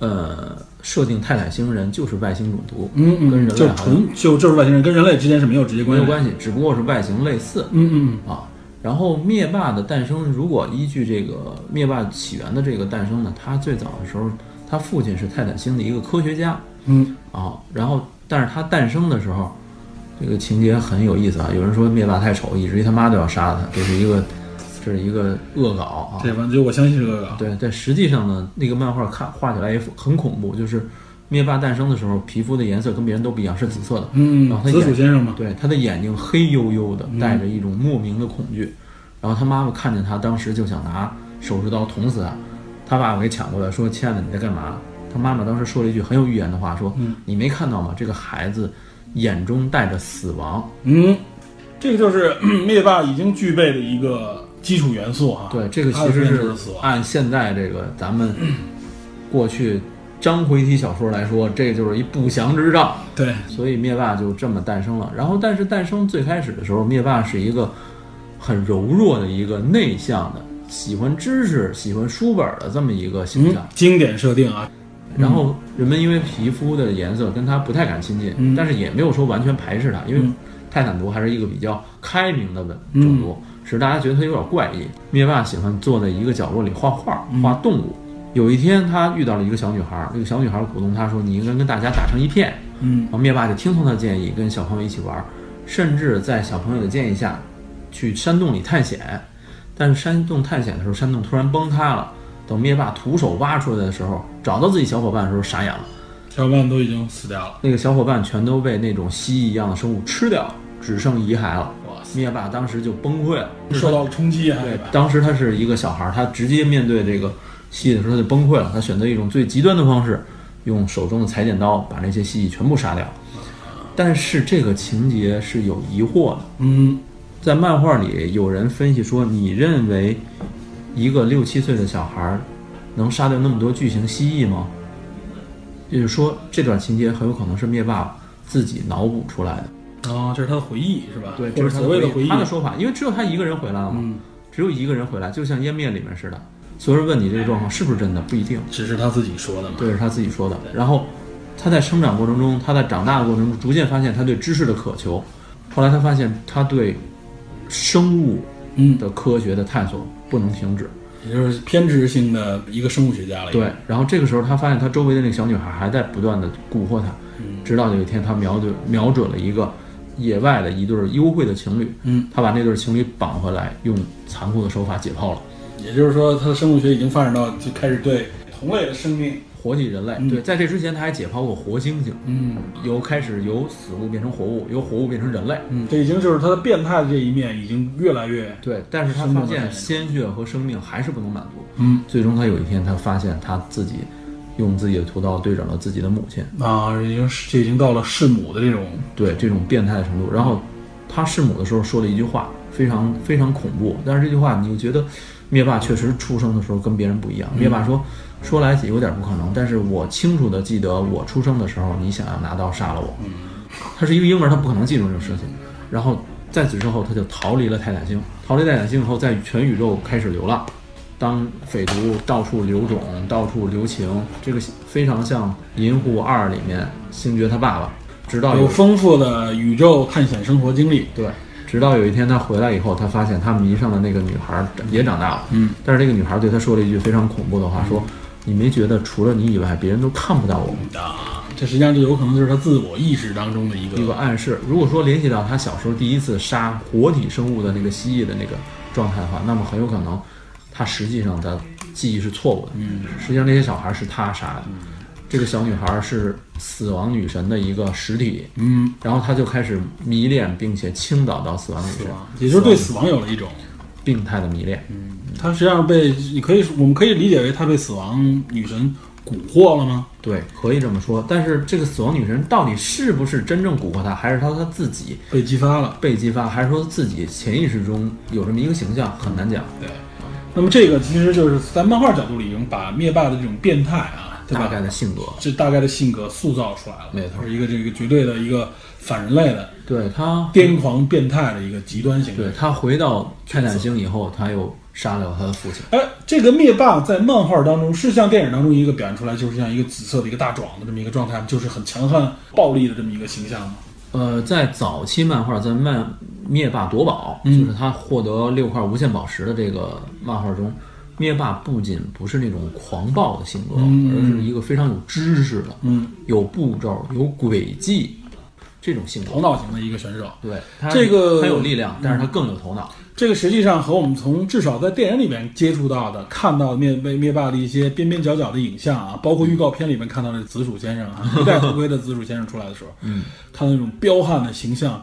[SPEAKER 2] 呃，设定泰坦星人就是外星种族，
[SPEAKER 1] 嗯嗯，
[SPEAKER 2] 跟人类
[SPEAKER 1] 就
[SPEAKER 2] 好像
[SPEAKER 1] 纯就就是外星人，跟人类之间是没有直接
[SPEAKER 2] 没
[SPEAKER 1] 关
[SPEAKER 2] 有
[SPEAKER 1] 系的。
[SPEAKER 2] 关系，只不过是外形类似
[SPEAKER 1] 嗯嗯
[SPEAKER 2] 啊。然后灭霸的诞生，如果依据这个灭霸起源的这个诞生呢，他最早的时候，他父亲是泰坦星的一个科学家
[SPEAKER 1] 嗯
[SPEAKER 2] 啊。然后，但是他诞生的时候，这个情节很有意思啊。有人说灭霸太丑，以至于他妈都要杀他，这是一个，这是一个恶搞啊
[SPEAKER 1] 嗯，。这啊反正我相信是恶搞。
[SPEAKER 2] 对，但实际上呢，那个漫画看画起来也很恐怖，就是灭霸诞生的时候，皮肤的颜色跟别人都不一样，是紫色的。
[SPEAKER 1] 嗯
[SPEAKER 2] 然，后他
[SPEAKER 1] 紫薯
[SPEAKER 2] 眼
[SPEAKER 1] 先生嘛，
[SPEAKER 2] 对，他的眼睛黑黝黝
[SPEAKER 1] 嗯
[SPEAKER 2] 的，带着一种莫名的恐惧。然后他妈妈看见他，当时就想拿手术刀捅死他。他爸爸给抢过来，说：“
[SPEAKER 1] 嗯
[SPEAKER 2] 亲爱的，你在干嘛？”他妈妈当时说了一句很有预言的话，说：“你没看到吗？这个孩子眼中带着死亡。
[SPEAKER 1] 嗯，这个就是 嗯灭霸已经具备的一个基础元素哈。
[SPEAKER 2] 对，这个
[SPEAKER 1] 它
[SPEAKER 2] 其
[SPEAKER 1] 啊的
[SPEAKER 2] 实
[SPEAKER 1] 关键就是死
[SPEAKER 2] 是
[SPEAKER 1] 亡。
[SPEAKER 2] 按现在这个咱们过去章回体小说来说，这就是一不祥之兆。
[SPEAKER 1] 对，
[SPEAKER 2] 所以灭霸就这么诞生了。然后，但是诞生最开始的时候，灭霸是一个很柔弱的一个内向的，喜欢知识、喜欢书本的这么一个形
[SPEAKER 1] 嗯
[SPEAKER 2] 象。，
[SPEAKER 1] 经典设定啊，
[SPEAKER 2] 然后人们因为皮肤的颜色跟他不太敢亲近，
[SPEAKER 1] 嗯
[SPEAKER 2] 但是也没有说完全排斥他，因为
[SPEAKER 1] 嗯
[SPEAKER 2] 泰坦族还是一个比较开明的本
[SPEAKER 1] 嗯
[SPEAKER 2] 种族，使大家觉得他有点怪异。灭霸喜欢坐在一个角落里画画，
[SPEAKER 1] 嗯
[SPEAKER 2] 画动物。有一天，他遇到了一个小女孩，那个小女孩鼓动他说：“你应该跟大家打成一片。”
[SPEAKER 1] 嗯
[SPEAKER 2] 然后灭霸就听从他的建议，跟小朋友一起玩，甚至在小朋友的建议下，去山洞里探险。但是山洞探险的时候，山洞突然崩塌了。等灭霸徒手挖出来的时候，找到自己小伙伴的时候，傻眼了。
[SPEAKER 1] 小伙伴都已经死掉了。
[SPEAKER 2] 那个小伙伴全都被那种蜥蜴一样的生物吃掉，只剩遗骸了。
[SPEAKER 1] 哇塞，
[SPEAKER 2] 灭霸当时就崩溃了。
[SPEAKER 1] 受到了冲击啊，
[SPEAKER 2] 对
[SPEAKER 1] 吧，？
[SPEAKER 2] 哎当时他是一个小孩儿，他直接面对这个蜥蜴的时候，他就崩溃了。他选择一种最极端的方式，用手中的裁剪刀把这些蜥蜴全部杀掉。但是这个情节是有疑惑的，
[SPEAKER 1] 嗯
[SPEAKER 2] 在漫画里有人分析说，你认为一个六七岁的小孩儿能杀掉那么多巨型蜥蜴吗？也就是说，这段情节很有可能是灭霸自己脑补出来的。
[SPEAKER 1] 啊，这是他的回忆是吧？或
[SPEAKER 2] 就
[SPEAKER 1] 者
[SPEAKER 2] 是他
[SPEAKER 1] 所谓
[SPEAKER 2] 的
[SPEAKER 1] 回忆
[SPEAKER 2] 他。的说法，因为只有他一个人回来了嘛，
[SPEAKER 1] 嗯，
[SPEAKER 2] 只有一个人回来，就像《湮灭》里面似的，所有人问你这个状况是不是真的，不一定，
[SPEAKER 1] 只是他自己说的嘛。
[SPEAKER 2] 这是他自己说的。然后他在生长过程中，他在长大的过程中，逐渐发现他对知识的渴求，后来他发现他对生物
[SPEAKER 1] 嗯，
[SPEAKER 2] 的科学的探索不能停止。
[SPEAKER 1] 也就是偏执性的一个生物学家了。
[SPEAKER 2] 对，，然后这个时候他发现他周围的那个小女孩还在不断的蛊惑他，
[SPEAKER 1] 嗯
[SPEAKER 2] 直到有一天他瞄准瞄准了一个野外的一对儿幽会的情侣，
[SPEAKER 1] 嗯，
[SPEAKER 2] 他把那对儿情侣绑回来，用残酷的手法解剖了。
[SPEAKER 1] 也就是说，他的生物学已经发展到就开始对同类的生命，
[SPEAKER 2] 活体人类。对，在这之前他还解剖过活猩猩，
[SPEAKER 1] 嗯
[SPEAKER 2] 由开始由死物变成活物，由活物变成人类。
[SPEAKER 1] 嗯，这已经就是他的变态的这一面已经越来越
[SPEAKER 2] 对，但是他
[SPEAKER 1] 生命
[SPEAKER 2] 发
[SPEAKER 1] 的概
[SPEAKER 2] 现
[SPEAKER 1] 念
[SPEAKER 2] 鲜血和生命还是不能满足。
[SPEAKER 1] 嗯
[SPEAKER 2] 最终他有一天，他发现他自己用自己的屠刀对准了自己的母亲，
[SPEAKER 1] 啊，已经是这已经到了弑母的这种
[SPEAKER 2] 对这种变态的程度。然后他弑母的时候说了一句话，非常非常恐怖。但是这句话你就觉得，灭霸确实出生的时候跟别人不一样。灭霸说。说来有点不可能，但是我清楚的记得我出生的时候，你想要拿刀杀了我，他是一个婴儿，他不可能记住这种事情。然后在此之后，他就逃离了泰坦星。逃离泰坦星以后，在全宇宙开始流浪，当匪徒到处流种，到处留情，这个非常像《银护二》里面星爵他爸爸。直到
[SPEAKER 1] 有
[SPEAKER 2] 有
[SPEAKER 1] 丰富的宇宙探险生活经历。
[SPEAKER 2] 对，直到有一天他回来以后，他发现他迷上的那个女孩儿也长大了。
[SPEAKER 1] 嗯，
[SPEAKER 2] 但是这个女孩儿对他说了一句非常恐怖的话，说：“你没觉得除了你以外，别人都看不到我吗？”
[SPEAKER 1] 啊，这实际上就有可能就是他自我意识当中的一个
[SPEAKER 2] 一个暗示。如果说联系到他小时候第一次杀活体生物的那个蜥蜴的那个状态的话，那么很有可能他实际上的记忆是错误的。嗯，实际上那些小孩是他杀的。
[SPEAKER 1] 嗯
[SPEAKER 2] 这个小女孩是死亡女神的一个实体，
[SPEAKER 1] 嗯，
[SPEAKER 2] 然后他就开始迷恋，并且倾倒到死亡女
[SPEAKER 1] 死
[SPEAKER 2] 神，
[SPEAKER 1] 亡，嗯也就是对死亡有了一种，
[SPEAKER 2] 病态的迷恋。
[SPEAKER 1] 他实际上被你可以我们可以理解为他被死亡女神蛊惑了吗？
[SPEAKER 2] 对，可以这么说。但是这个死亡女神到底是不是真正蛊惑他，还是她她自己
[SPEAKER 1] 被激发了。
[SPEAKER 2] 被激发，还是说自己潜意识中有这么一个形象，很难讲。
[SPEAKER 1] 对，那么这个其实就是在漫画角度里已经把灭霸的这种变态啊，对
[SPEAKER 2] 大
[SPEAKER 1] 吧？
[SPEAKER 2] 概的性格。
[SPEAKER 1] 这大概的性格塑造出来了，
[SPEAKER 2] 没错
[SPEAKER 1] 是一个这个绝对的一个反人类的
[SPEAKER 2] 对他，
[SPEAKER 1] 癫狂变态的一个极端形
[SPEAKER 2] 对
[SPEAKER 1] 象。
[SPEAKER 2] 他回到泰坦星以后，他又杀了他的父亲。
[SPEAKER 1] 哎，这个灭霸在漫画当中是像电影当中一个表现出来，就是像一个紫色的一个大壮的这么一个状态，就是很强悍、暴力的这么一个形象吗？
[SPEAKER 2] 呃，在早期漫画，在漫灭霸夺宝，就是他获得六块无限宝石的这个漫画中，灭霸不仅不是那种狂暴的性格，而是一个非常有知识的，
[SPEAKER 1] 嗯，
[SPEAKER 2] 有步骤、有轨迹这种性格
[SPEAKER 1] 头。脑型的一个选手。
[SPEAKER 2] 对，他
[SPEAKER 1] 这个
[SPEAKER 2] 他有力量，但是他更有头脑。
[SPEAKER 1] 这个实际上和我们从至少在电影里面接触到的、看到的灭灭灭霸的一些边边角角的影像啊，包括预告片里面看到的紫薯先生啊， 一代头盔的紫薯先生出来的时候，嗯，看到那种彪悍的形象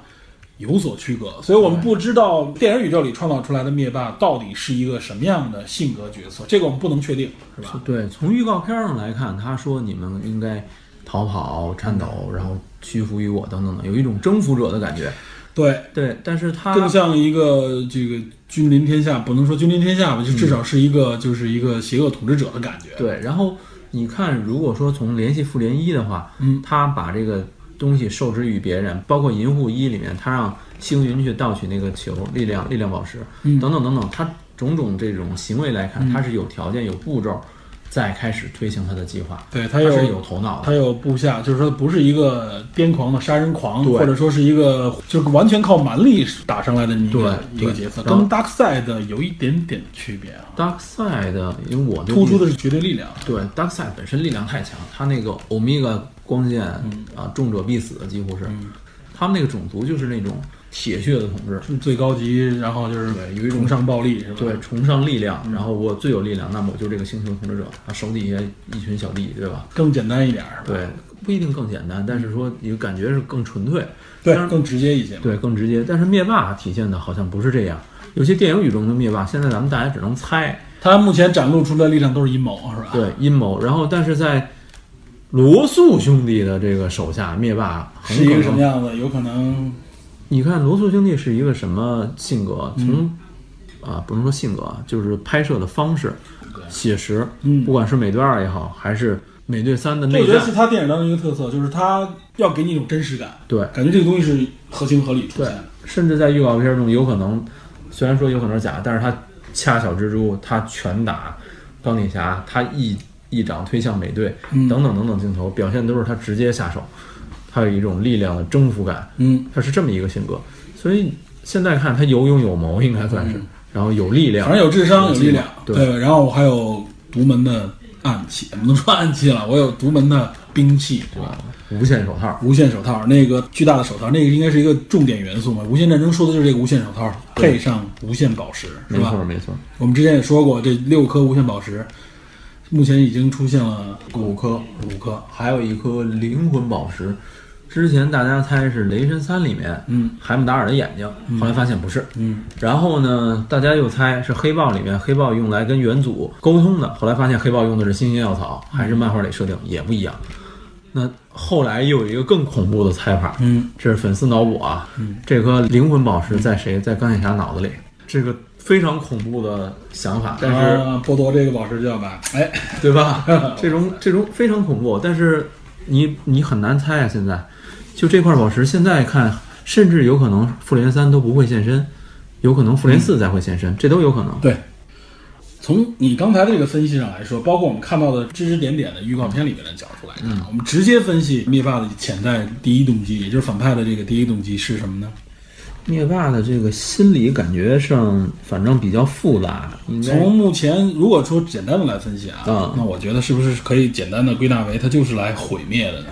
[SPEAKER 1] 有所区隔，所以我们不知道电影宇宙里创造出来的灭霸到底是一个什么样的性格角色，这个我们不能确定，是吧？
[SPEAKER 2] 对，从预告片上来看，他说你们应该逃跑、颤抖，然后屈服于我等等等，有一种征服者的感觉。
[SPEAKER 1] 对，
[SPEAKER 2] 对，但是他
[SPEAKER 1] 更像一个这个君临天下，不能说君临天下吧，就至少是一个、就是一个邪恶统治者的感觉。
[SPEAKER 2] 对，然后你看，如果说从联系复联一的话，
[SPEAKER 1] 嗯，
[SPEAKER 2] 他把这个东西授之于别人，包括银护一里面，他让星云去盗取那个球力量力量宝石，
[SPEAKER 1] 嗯
[SPEAKER 2] 等等等等，他种种这种行为来看，他是有条件有步骤，再开始推行他的计划，
[SPEAKER 1] 对
[SPEAKER 2] 他
[SPEAKER 1] 他
[SPEAKER 2] 是
[SPEAKER 1] 有
[SPEAKER 2] 有头脑的，
[SPEAKER 1] 他有部下，就是说不是一个癫狂的杀人狂，
[SPEAKER 2] 对
[SPEAKER 1] 或者说是一个就是完全靠蛮力打上来的一个
[SPEAKER 2] 对
[SPEAKER 1] 一个
[SPEAKER 2] 对
[SPEAKER 1] 角色，
[SPEAKER 2] 然后
[SPEAKER 1] 跟 Dark Side 有一点点区别啊，
[SPEAKER 2] Dark Side，因为我对
[SPEAKER 1] 突出
[SPEAKER 2] 力
[SPEAKER 1] 的是绝对力量。
[SPEAKER 2] 对 Dark Side 本身力量太强，他那个欧米伽光线
[SPEAKER 1] 嗯
[SPEAKER 2] 啊，重者必死，几乎是，他们那个种族就是那种铁血的统治，
[SPEAKER 1] 就是最高级，然后就是有一种上暴力，是吧？
[SPEAKER 2] 对，崇尚力量，
[SPEAKER 1] 嗯
[SPEAKER 2] 然后我最有力量，那么我就是这个星球统治者，啊，手底下一群小弟，对吧？
[SPEAKER 1] 更简单一点，是吧？
[SPEAKER 2] 对，不一定更简单，但是说有感觉是更纯粹，
[SPEAKER 1] 对，
[SPEAKER 2] 当然
[SPEAKER 1] 更直接一些嘛。
[SPEAKER 2] 对，更直接。但是灭霸体现的好像不是这样，有些电影宇宙中的灭霸，现在咱们大家只能猜，
[SPEAKER 1] 他目前展露出的力量都是阴谋，是吧？，
[SPEAKER 2] 对阴谋。然后，但是在罗素兄弟的这个手下，灭霸很
[SPEAKER 1] 是一
[SPEAKER 2] 可
[SPEAKER 1] 个
[SPEAKER 2] 能
[SPEAKER 1] 什么样子？有可能
[SPEAKER 2] 你看罗素兄弟是一个什么性格？从
[SPEAKER 1] 嗯
[SPEAKER 2] 啊、不能说性格啊，就是拍摄的方式，写实。
[SPEAKER 1] 嗯
[SPEAKER 2] 不管是美队二也好，还是美队三的
[SPEAKER 1] 这我
[SPEAKER 2] 内
[SPEAKER 1] 觉得是
[SPEAKER 2] 战，
[SPEAKER 1] 他电影当中一个特色，就是他要给你一种真实感，
[SPEAKER 2] 对
[SPEAKER 1] 感觉这个东西是合情合理出
[SPEAKER 2] 对
[SPEAKER 1] 现的。，
[SPEAKER 2] 甚至在预告片中有可能，虽然说有可能是假，但是他掐小蜘蛛，他拳打钢铁侠，他一一掌推向美队，
[SPEAKER 1] 嗯
[SPEAKER 2] 等等等等镜头，表现都是他直接下手，他有一种力量的征服感。
[SPEAKER 1] 嗯，
[SPEAKER 2] 他是这么一个性格，所以现在看他有勇有谋，应该算是，然后有力
[SPEAKER 1] 嗯
[SPEAKER 2] 量，
[SPEAKER 1] 反正有智商，有力量，
[SPEAKER 2] 对
[SPEAKER 1] 然后我还有独门的暗器，不能说暗器了，我有独门的兵器，对吧？
[SPEAKER 2] 无限手套，
[SPEAKER 1] 无限手套，那个巨大的手套，那个应该是一个重点元素嘛。无限战争说的就是这个无限手套配上无限宝石，是
[SPEAKER 2] 没
[SPEAKER 1] 吧？
[SPEAKER 2] 错没错，
[SPEAKER 1] 我们之前也说过，这六颗无限宝石，目前已经出现了
[SPEAKER 2] 五颗，
[SPEAKER 1] 五颗。
[SPEAKER 2] 还有一颗灵魂宝石。之前大家猜是《雷神三》里面，
[SPEAKER 1] 嗯，
[SPEAKER 2] 海姆达尔的眼睛，后来发现不是，
[SPEAKER 1] 嗯，
[SPEAKER 2] 然后呢，大家又猜是黑豹里面黑豹用来跟元祖沟通的，后来发现黑豹用的是新鲜药草，还是漫画里设定也不一样。那后来又有一个更恐怖的猜法，
[SPEAKER 1] 嗯，
[SPEAKER 2] 这是粉丝脑补啊，这颗灵魂宝石在谁？在钢铁侠脑子里，这个非常恐怖的想法，但是
[SPEAKER 1] 啊剥夺这个宝石就要把哎，
[SPEAKER 2] 对吧？ 这种这种非常恐怖，但是你你很难猜啊！现在就这块宝石，现在看甚至有可能复联三都不会现身，有可能复联四才会现身，这都有可能。
[SPEAKER 1] 对。从你刚才的这个分析上来说，包括我们看到的知识点点的预告片里面的角度来看，
[SPEAKER 2] 嗯
[SPEAKER 1] 我们直接分析灭霸的潜在第一动机，也就是反派的这个第一动机是什么呢？
[SPEAKER 2] 灭霸的这个心理感觉上，反正比较复杂，应该
[SPEAKER 1] 从目前如果说简单的来分析啊，
[SPEAKER 2] 嗯
[SPEAKER 1] 那我觉得是不是可以简单的归纳为它就是来毁灭的呢？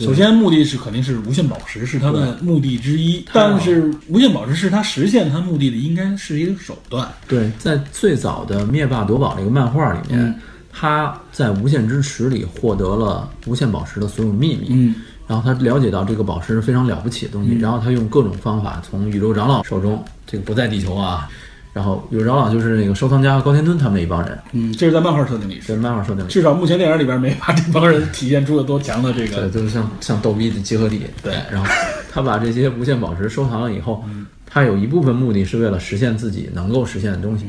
[SPEAKER 1] 首先，目的是肯定是无限宝石是它的目的之一，但是无限宝石是它实现它目的的应该是一个手段。
[SPEAKER 2] 对，在最早的《灭霸夺宝》这个漫画里面，他在无限之池里获得了无限宝石的所有秘密。
[SPEAKER 1] 嗯，
[SPEAKER 2] 然后他了解到这个宝石是非常了不起的东西，然后他用各种方法从宇宙长老手中，这个不在地球啊，然后宇宙长老就是那个收藏家和高天尊他们那一帮人，
[SPEAKER 1] 嗯，这是在漫画设定里是，
[SPEAKER 2] 这漫画设定里，
[SPEAKER 1] 至少目前电影里边没把这帮人体现出有多强的这
[SPEAKER 2] 对，
[SPEAKER 1] 个。
[SPEAKER 2] 就是像像逗逼的集合体。
[SPEAKER 1] 对
[SPEAKER 2] 然后他把这些无限宝石收藏了以后，他有一部分目的是为了实现自己能够实现的东西，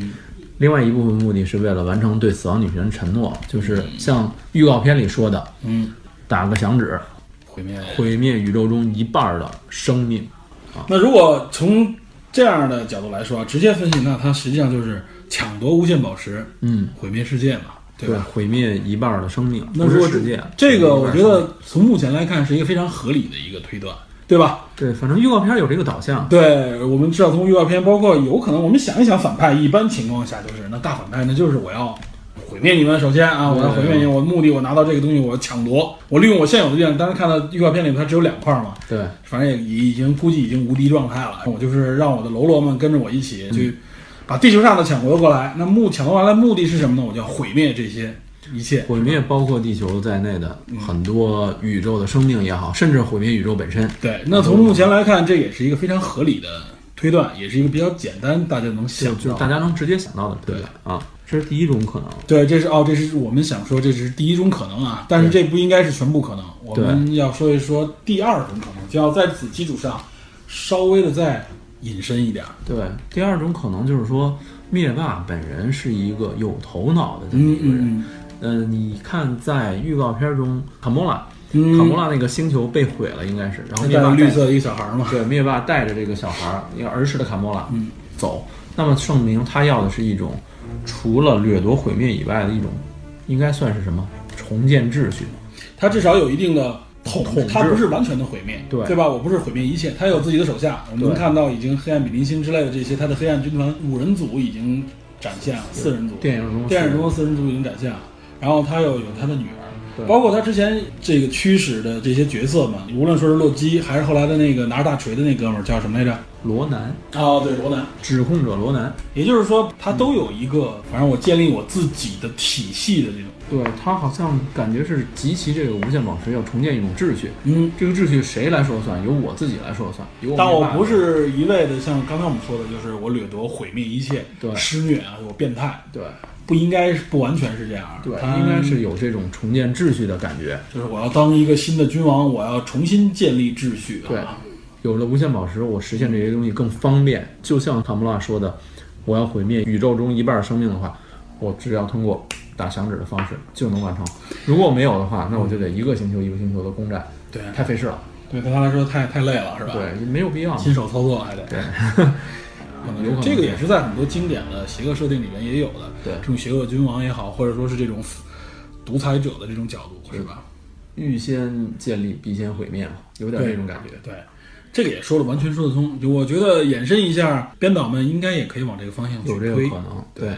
[SPEAKER 2] 另外一部分目的是为了完成对死亡女神的承诺，就是像预告片里说的，
[SPEAKER 1] 嗯，
[SPEAKER 2] 打个响指，
[SPEAKER 1] 毁灭。
[SPEAKER 2] 毁灭宇宙中一半儿的生命。
[SPEAKER 1] 那如果从这样的角度来说啊，直接分析，那它实际上就是抢夺无限宝石，
[SPEAKER 2] 嗯，
[SPEAKER 1] 毁灭世界嘛，对吧？
[SPEAKER 2] 毁灭一半儿的生命，
[SPEAKER 1] 那
[SPEAKER 2] 不
[SPEAKER 1] 如
[SPEAKER 2] 是
[SPEAKER 1] 果
[SPEAKER 2] 世界。
[SPEAKER 1] 这个我
[SPEAKER 2] 是
[SPEAKER 1] 觉
[SPEAKER 2] 一半儿生命
[SPEAKER 1] 得从目前来看是一个非常合理的一个推断，对吧？
[SPEAKER 2] 对，反正预告片有这个导向。
[SPEAKER 1] 对，我们知道从预告片，包括有可能我们想一想，反派一般情况下就是那大反派，那就是我要毁灭你们，首先啊，我要毁灭你，我的目的我拿到这个东西，我要抢夺，我利用我现有的力量。当时看到预告片里面它只有两块嘛，
[SPEAKER 2] 对，
[SPEAKER 1] 反正也已经估计已经无敌状态了。我就是让我的喽啰们跟着我一起去把地球上的抢夺过来。那目抢夺完了目的是什么呢？我就要毁灭这些一切。
[SPEAKER 2] 毁灭包括地球在内的很多宇宙的生命也好，甚至毁灭宇宙本身。
[SPEAKER 1] 对，那从目前来看，这也是一个非常合理的推断，也是一个比较简单，大家能想
[SPEAKER 2] 就
[SPEAKER 1] 到
[SPEAKER 2] 是大
[SPEAKER 1] 的。
[SPEAKER 2] 家能直接想到的，对吧？啊，这是第一种可能。
[SPEAKER 1] 对，这是哦，这是我们想说，这只是第一种可能啊，但是这不应该是全部可能。我们要说一说第二种可能，就要在此基础上稍微的再引申一点儿。
[SPEAKER 2] 对，第二种可能就是说，灭霸本人是一个有头脑的这么
[SPEAKER 1] 嗯
[SPEAKER 2] 一个人。
[SPEAKER 1] 嗯
[SPEAKER 2] 嗯、你看在预告片中，卡莫拉，
[SPEAKER 1] 嗯，
[SPEAKER 2] 卡莫拉那个星球被毁了，应该是，然
[SPEAKER 1] 他
[SPEAKER 2] 后灭
[SPEAKER 1] 带
[SPEAKER 2] 霸
[SPEAKER 1] 着绿
[SPEAKER 2] 带
[SPEAKER 1] 色的一小孩儿嘛，
[SPEAKER 2] 对，灭霸带着这个小孩儿，一个儿时的卡莫拉，
[SPEAKER 1] 嗯，
[SPEAKER 2] 走。那么证明他要的是一种除了掠夺毁灭以外的一种，应该算是什么？重建秩序。
[SPEAKER 1] 他至少有一定的统
[SPEAKER 2] 统治
[SPEAKER 1] 他不是完全的毁灭，
[SPEAKER 2] 对
[SPEAKER 1] 对吧？我不是毁灭一切，他有自己的手下。我们能
[SPEAKER 2] 对
[SPEAKER 1] 看到已经黑暗比邻星之类的这些，他的黑暗军团五人组已经展现了，四人组
[SPEAKER 2] 电影中，
[SPEAKER 1] 电影中的四人组已经展现了，然后他又有他的女儿，
[SPEAKER 2] 对
[SPEAKER 1] 包括他之前这个驱使的这些角色嘛，无论说是洛基，还是后来的那个拿着大锤的那哥们儿叫什么来着？
[SPEAKER 2] 罗南，
[SPEAKER 1] 哦，对，罗南。
[SPEAKER 2] 指控者罗南，
[SPEAKER 1] 也就是说，他都有一个，反正我建立我自己的体系的这种，
[SPEAKER 2] 对他好像感觉是集齐这个无限宝石，要重建一种秩序。
[SPEAKER 1] 嗯，
[SPEAKER 2] 这个秩序谁来说了算？由我自己来说了算。由
[SPEAKER 1] 但我
[SPEAKER 2] 灭霸
[SPEAKER 1] 不是一味的像刚才我们说的，就是我掠夺、毁灭一切、
[SPEAKER 2] 对
[SPEAKER 1] 施虐啊，我变态，
[SPEAKER 2] 对
[SPEAKER 1] 不应该是不完全是这样，
[SPEAKER 2] 对，
[SPEAKER 1] 它
[SPEAKER 2] 应该是有这种重建秩序的感觉。
[SPEAKER 1] 就是我要当一个新的君王，我要重新建立秩序、啊，
[SPEAKER 2] 对有了无限宝石，我实现这些东西更方便。就像卡穆拉说的，我要毁灭宇宙中一半生命的话，我只要通过打响指的方式就能完成。如果没有的话，那我就得一个星球一个星球的攻占，
[SPEAKER 1] 对
[SPEAKER 2] 太费事了。
[SPEAKER 1] 对，对他来说太太累了，是吧？，
[SPEAKER 2] 对，没有必要。
[SPEAKER 1] 亲手操作还得。
[SPEAKER 2] 对，
[SPEAKER 1] 可能
[SPEAKER 2] 有可能
[SPEAKER 1] 这个也是在很多经典的邪恶设定里面也有的，
[SPEAKER 2] 对
[SPEAKER 1] 这种邪恶君王也好，或者说是这种独裁者的这种角度，是吧？
[SPEAKER 2] 预先建立，必先毁灭嘛，有点那种感觉。
[SPEAKER 1] 对，这个也说的完全说得通。就我觉得延伸一下，编导们应该也可以往这个方向去
[SPEAKER 2] 有这个
[SPEAKER 1] 推。
[SPEAKER 2] 可能，
[SPEAKER 1] 对。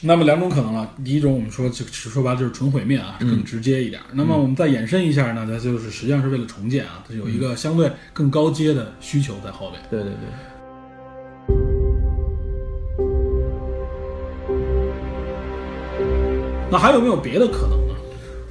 [SPEAKER 1] 那么两种可能了，第一种我们说就说白了就是纯毁灭啊，更直接一点。那么我们再延伸一下呢，它就是实际上是为了重建啊，它有一个相对更高阶的需求在后面。
[SPEAKER 2] 对对对，
[SPEAKER 1] 那还有没有别的可能呢？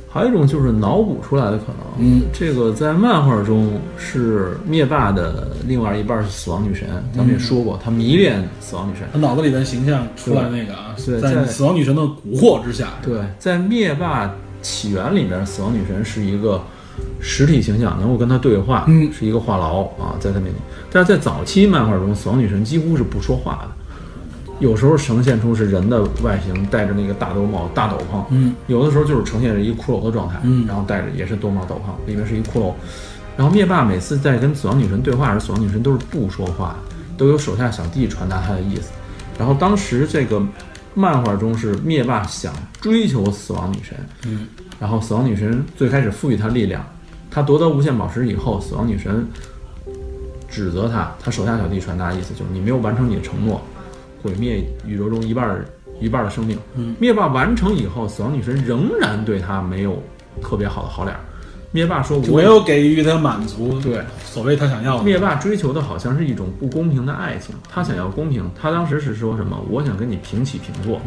[SPEAKER 2] 还有一种就是脑补出来的可能。
[SPEAKER 1] 嗯，
[SPEAKER 2] 这个在漫画中是灭霸的另外一半是死亡女神，咱们也说过，他迷恋死亡女神。
[SPEAKER 1] 他脑子里边形象出来那个啊，
[SPEAKER 2] 对
[SPEAKER 1] 在
[SPEAKER 2] 在
[SPEAKER 1] 死亡女神的蛊惑之下，
[SPEAKER 2] 对，在灭霸起源里面，死亡女神是一个实体形象，能够跟他对话，
[SPEAKER 1] 嗯
[SPEAKER 2] 是一个话痨啊，在他面前。但是在早期漫画中，死亡女神几乎是不说话的，有时候呈现出是人的外形，戴着那个大兜帽、大斗篷，
[SPEAKER 1] 嗯，
[SPEAKER 2] 有的时候就是呈现着一个骷髅的状态，
[SPEAKER 1] 嗯
[SPEAKER 2] 然后戴着也是兜帽斗篷，里面是一骷髅。然后灭霸每次在跟死亡女神对话时，死亡女神都是不说话，都有手下小弟传达他的意思。然后当时这个漫画中是灭霸想追求死亡女神，
[SPEAKER 1] 嗯，
[SPEAKER 2] 然后死亡女神最开始赋予他力量，他夺得无限宝石以后，死亡女神指责他，他手下小弟传达意思就是你没有完成你的承诺，毁灭宇宙中一半儿一半儿的生命。
[SPEAKER 1] 嗯
[SPEAKER 2] 灭霸完成以后，死亡女神仍然对他没有特别好的好脸儿。灭霸说：“
[SPEAKER 1] 就
[SPEAKER 2] 我
[SPEAKER 1] 没
[SPEAKER 2] 也
[SPEAKER 1] 有给予他满足，
[SPEAKER 2] 对，
[SPEAKER 1] 所谓他想要的。
[SPEAKER 2] 灭霸追求的好像是一种不公平的爱情，他想要公平。他当时是说什么？我想跟你平起平坐，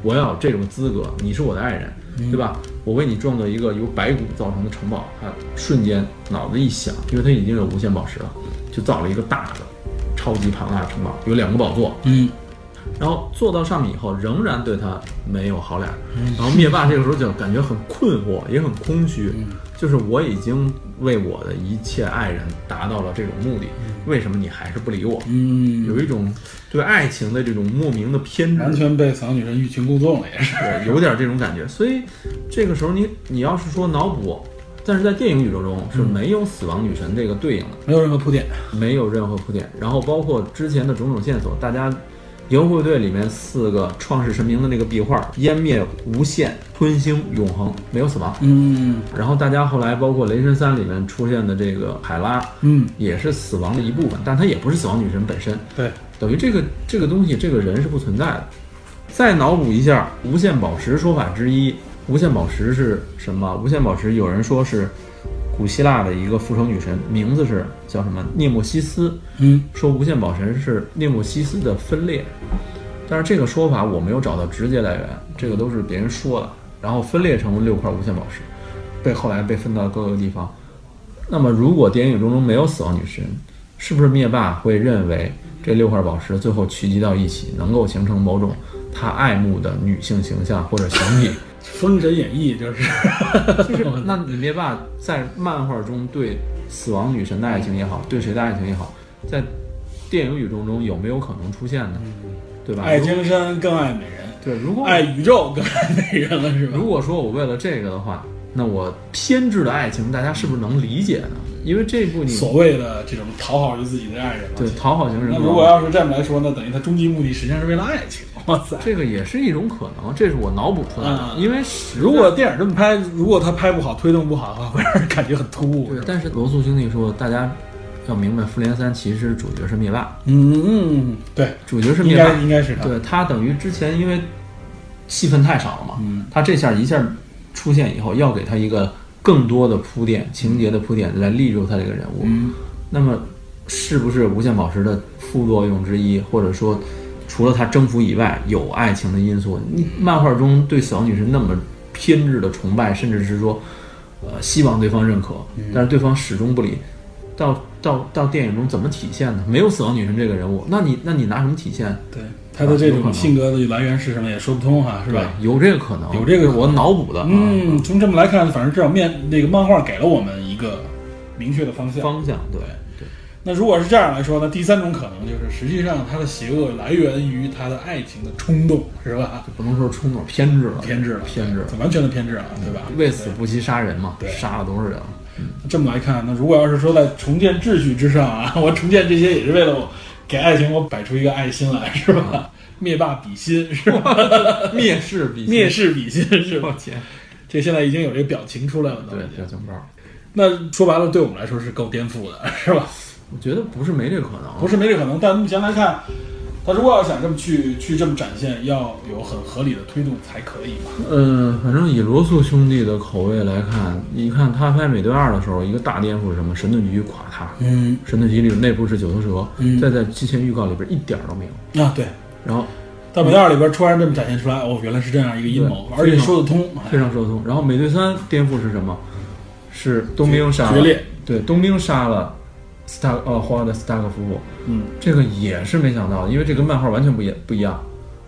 [SPEAKER 2] 我要有这种资格，你是我的爱人，对吧？我为你创造一个由白骨造成的城堡。他瞬间脑子一想，因为他已经有无限宝石了，就造了一个大的、超级庞大的城堡，有两个宝座，
[SPEAKER 1] 嗯，
[SPEAKER 2] 然后坐到上面以后，仍然对他没有好脸儿。然后灭霸这个时候就感觉很困惑，也很空虚，就是我已经为我的一切爱人达到了这种目的，为什么你还是不理我？
[SPEAKER 1] 嗯，
[SPEAKER 2] 有一种对爱情的这种莫名的偏
[SPEAKER 1] 完
[SPEAKER 2] 执，
[SPEAKER 1] 全被死亡女神欲擒故纵了，也是。
[SPEAKER 2] 对 有点这种感觉。所以这个时候你你要是说脑补，但是在电影宇宙中是没有死亡女神这个对应的。
[SPEAKER 1] 没有任何铺垫。
[SPEAKER 2] 没有任何铺垫。然后包括之前的种种线索，大家《银护卫队》里面四个创世神明的那个壁画，湮灭、无限、吞星、永恒，没有死亡。
[SPEAKER 1] 嗯
[SPEAKER 2] 然后大家后来包括《雷神三》里面出现的这个海拉，
[SPEAKER 1] 嗯，
[SPEAKER 2] 也是死亡的一部分，但她也不是死亡女神本身，
[SPEAKER 1] 对，
[SPEAKER 2] 等于这个这个东西，这个人是不存在的。再脑补一下，无限宝石说法之一，无限宝石是什么？无限宝石有人说是古希腊的一个复仇女神，名字是叫什么涅墨西斯，
[SPEAKER 1] 嗯
[SPEAKER 2] 说无限宝神是涅墨西斯的分裂，但是这个说法我没有找到直接来源，这个都是别人说的。然后分裂成六块无限宝石，被后来被分到各个地方。那么，如果电影中没有死亡女神，是不是灭霸会认为这六块宝石最后聚集到一起，能够形成某种他爱慕的女性形象或者形体。
[SPEAKER 1] 《封神演义》就是，
[SPEAKER 2] 就是那你别把在漫画中对死亡女神的爱情也好，对谁的爱情也好，在电影宇宙中有没有可能出现呢？对吧？
[SPEAKER 1] 嗯爱
[SPEAKER 2] 如
[SPEAKER 1] 江山更爱美人，
[SPEAKER 2] 对，如果
[SPEAKER 1] 爱宇宙更爱美人了，是吧？
[SPEAKER 2] 如果说我为了这个的话，那我偏执的爱情，大家是不是能理解呢？因为这部你
[SPEAKER 1] 所谓的这种讨好于自己的爱人嘛。
[SPEAKER 2] 对讨好型人
[SPEAKER 1] 那
[SPEAKER 2] 格，
[SPEAKER 1] 如果要是这么来说，那等于他终极目的实际上是为了爱情。哇塞！
[SPEAKER 2] 这个也是一种可能，这是我脑补出来的。
[SPEAKER 1] 嗯
[SPEAKER 2] 因为
[SPEAKER 1] 如果电影这么拍，如果他拍不好、推动不好的话，会让人感觉很突兀。
[SPEAKER 2] 对
[SPEAKER 1] 是，吧
[SPEAKER 2] 但是罗素兄弟说，大家要明白，《复联三》其实主角是灭霸，
[SPEAKER 1] 嗯嗯，对，
[SPEAKER 2] 主角是
[SPEAKER 1] 应
[SPEAKER 2] 灭
[SPEAKER 1] 该
[SPEAKER 2] 霸，
[SPEAKER 1] 应该是他。
[SPEAKER 2] 对他等于之前因为戏份太少了嘛，
[SPEAKER 1] 嗯
[SPEAKER 2] 他这下一下出现以后，要给他一个更多的铺垫、情节的铺垫来立住他这个人物。
[SPEAKER 1] 嗯，
[SPEAKER 2] 那么，是不是无限宝石的副作用之一，或者说除了他征服以外，有爱情的因素？你漫画中对死亡女神那么偏执的崇拜，甚至是说，呃，希望对方认可，
[SPEAKER 1] 嗯
[SPEAKER 2] 但是对方始终不理。到到到电影中怎么体现呢？没有死亡女神这个人物，那你那你拿什么体现？
[SPEAKER 1] 对，他的这
[SPEAKER 2] 有可
[SPEAKER 1] 种
[SPEAKER 2] 能
[SPEAKER 1] 性格的来源是什么也说不通哈，是吧？
[SPEAKER 2] 对？有这个可能，
[SPEAKER 1] 有这个可能
[SPEAKER 2] 我脑补的，
[SPEAKER 1] 嗯，，从这么来看，反正至少面那个漫画给了我们一个明确的方向。
[SPEAKER 2] 方向对对，
[SPEAKER 1] 那如果是这样来说，那第三种可能就是，实际上他的邪恶来源于他的爱情的冲动，是吧？
[SPEAKER 2] 不能说冲动偏执了，
[SPEAKER 1] 偏执了，
[SPEAKER 2] 偏执了，
[SPEAKER 1] 完全的偏执了，对吧？
[SPEAKER 2] 为死不惜杀人嘛，
[SPEAKER 1] 对
[SPEAKER 2] 杀了多少人啊 了？
[SPEAKER 1] 这么来看，那如果要是说在重建秩序之上啊，我重建这些也是为了我给爱情我摆出一个爱心来，是吧？灭霸比心是吧？
[SPEAKER 2] 蔑视嗯比
[SPEAKER 1] 蔑视比心是吧？
[SPEAKER 2] 天，
[SPEAKER 1] 这现在已经有这个表情出来了，
[SPEAKER 2] 对
[SPEAKER 1] 已经
[SPEAKER 2] 表情包，
[SPEAKER 1] 那说白了，对我们来说是够颠覆的，是吧？
[SPEAKER 2] 我觉得不是没这可能，
[SPEAKER 1] 不是没这可能，但目前来看，他如果要想这么去去这么展现，要有很合理的推动才可以嘛。
[SPEAKER 2] 呃，反正以罗素兄弟的口味来看，你看他拍《美队二》的时候，一个大颠覆是什么？神盾局垮塌，
[SPEAKER 1] 嗯，
[SPEAKER 2] 神盾局里内部是九头蛇，
[SPEAKER 1] 嗯
[SPEAKER 2] 再在之前预告里边一点儿都没有。
[SPEAKER 1] 啊对，
[SPEAKER 2] 然后
[SPEAKER 1] 到美队二里边突然这么展现出来，哦，原来是这样一个阴谋，
[SPEAKER 2] 对
[SPEAKER 1] 而且
[SPEAKER 2] 非常
[SPEAKER 1] 说得通，
[SPEAKER 2] 非常说得通。然后《美队三》颠覆是什么？是冬兵杀了
[SPEAKER 1] 决裂，
[SPEAKER 2] 对，冬兵杀了斯塔呃霍华德斯塔克夫妇，
[SPEAKER 1] 嗯，
[SPEAKER 2] 这个也是没想到的，因为这跟漫画完全不一不一样，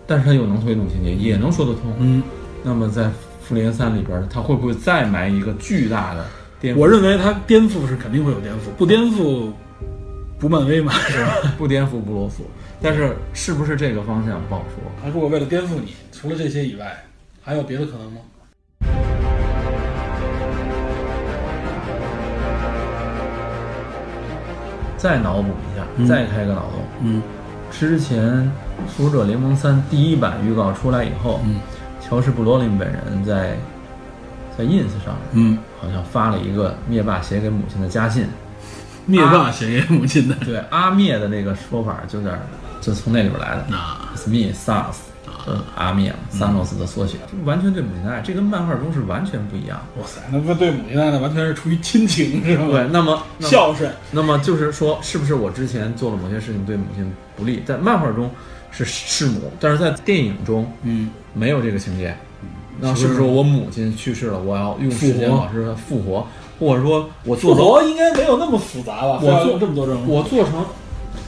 [SPEAKER 2] 但是它又能推动情节，也能说得通。
[SPEAKER 1] 嗯，
[SPEAKER 2] 那么在《复联三》里边，他会不会再埋一个巨大的颠覆？
[SPEAKER 1] 哎我认为他颠覆是肯定会有颠覆，不颠覆不漫 威嘛，是吧？
[SPEAKER 2] 不颠覆不罗素，但是是不是这个方向不好说。
[SPEAKER 1] 他如果为了颠覆你，除了这些以外，还有别的可能吗？
[SPEAKER 2] 再脑补一下，
[SPEAKER 1] 嗯
[SPEAKER 2] 再开个脑洞。
[SPEAKER 1] 嗯
[SPEAKER 2] 之前《复仇者联盟三》第一版预告出来以后，
[SPEAKER 1] 嗯
[SPEAKER 2] 乔什·布罗林本人在在 ins 上面
[SPEAKER 1] 嗯，
[SPEAKER 2] 好像发了一个灭霸写给母亲的家信。
[SPEAKER 1] 灭霸写给母亲的
[SPEAKER 2] 对阿灭的那个说法，就点儿就从那里边来的。
[SPEAKER 1] 那
[SPEAKER 2] Smith SARS 呃阿灭嘛，Thanos 的缩写，这完全对母亲的爱，这跟漫画中是完全不一样的。
[SPEAKER 1] 哇塞，那不对母亲爱的完全是出于亲情，是吧？
[SPEAKER 2] 对，那么那么
[SPEAKER 1] 孝顺，
[SPEAKER 2] 那么就是说，是不是我之前做了某些事情对母亲不利？在漫画中是弑母，但是在电影中
[SPEAKER 1] 嗯，
[SPEAKER 2] 没有这个情节。那是不是我母亲去世了，我要用时间宝石复活，或者说我
[SPEAKER 1] 复
[SPEAKER 2] 做成
[SPEAKER 1] 活应该没有那么复杂吧？非
[SPEAKER 2] 我
[SPEAKER 1] 要
[SPEAKER 2] 做
[SPEAKER 1] 用这么多任务，
[SPEAKER 2] 我做成？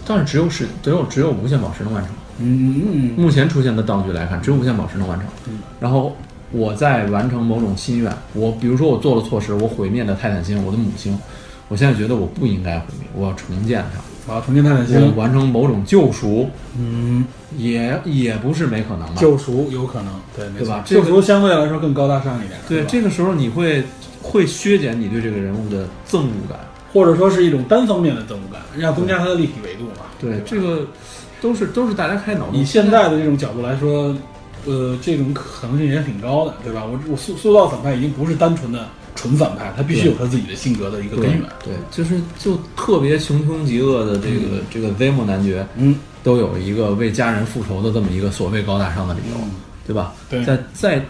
[SPEAKER 2] 但是只有是只有只有无限宝石能完成。
[SPEAKER 1] 嗯嗯
[SPEAKER 2] 目前出现的道具来看，只有无限宝石能完成。
[SPEAKER 1] 嗯
[SPEAKER 2] 然后我在完成某种心愿，我比如说我做了错事，我毁灭了泰坦星，我的母星，我现在觉得我不应该毁灭，我要重建它，
[SPEAKER 1] 嗯，啊，重建泰坦
[SPEAKER 2] 我
[SPEAKER 1] 星，
[SPEAKER 2] 完成某种救赎，
[SPEAKER 1] 嗯，
[SPEAKER 2] 也也不是没可能吧？
[SPEAKER 1] 救赎有可能，对，没
[SPEAKER 2] 对
[SPEAKER 1] 错
[SPEAKER 2] 吧，
[SPEAKER 1] 救
[SPEAKER 2] 这
[SPEAKER 1] 赎相对来说更高大上一点，
[SPEAKER 2] 对，
[SPEAKER 1] 是吧
[SPEAKER 2] 这个时候你会会削减你对这个人物的憎恶感，
[SPEAKER 1] 或者说是一种单方面的憎恶感，要增加它的立体维度嘛。
[SPEAKER 2] 对，
[SPEAKER 1] 吧
[SPEAKER 2] 这个都是都是大家开脑洞。
[SPEAKER 1] 以现在的这种角度来说，呃，这种可能性也挺高的，对吧？我我塑塑造反派已经不是单纯的纯反派，他必须
[SPEAKER 2] 对
[SPEAKER 1] 有他自己的性格的一个
[SPEAKER 2] 对
[SPEAKER 1] 根源。
[SPEAKER 2] 对，就是就特别穷凶极恶的这个、这个 Zemo 男爵，
[SPEAKER 1] 嗯，
[SPEAKER 2] 都有一个为家人复仇的这么一个所谓高大上的理由，
[SPEAKER 1] 嗯
[SPEAKER 2] 对吧？
[SPEAKER 1] 对
[SPEAKER 2] 在在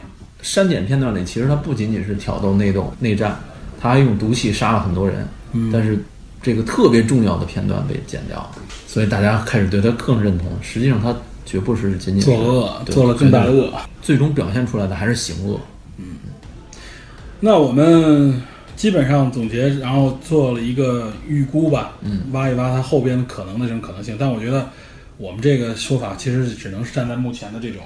[SPEAKER 2] 删减片段里，其实他不仅仅是挑逗内斗内战，他还用毒气杀了很多人，但是这个特别重要的片段被剪掉了，所以大家开始对他更认同。实际上，他绝不是仅仅是
[SPEAKER 1] 作恶
[SPEAKER 2] 对
[SPEAKER 1] 做了更大的
[SPEAKER 2] 对
[SPEAKER 1] 恶。
[SPEAKER 2] 最终表现出来的还是行恶。
[SPEAKER 1] 那我们基本上总结，然后做了一个预估吧，嗯，挖一挖它后边可能的这种可能性。但我觉得我们这个说法其实只能是站在目前的这种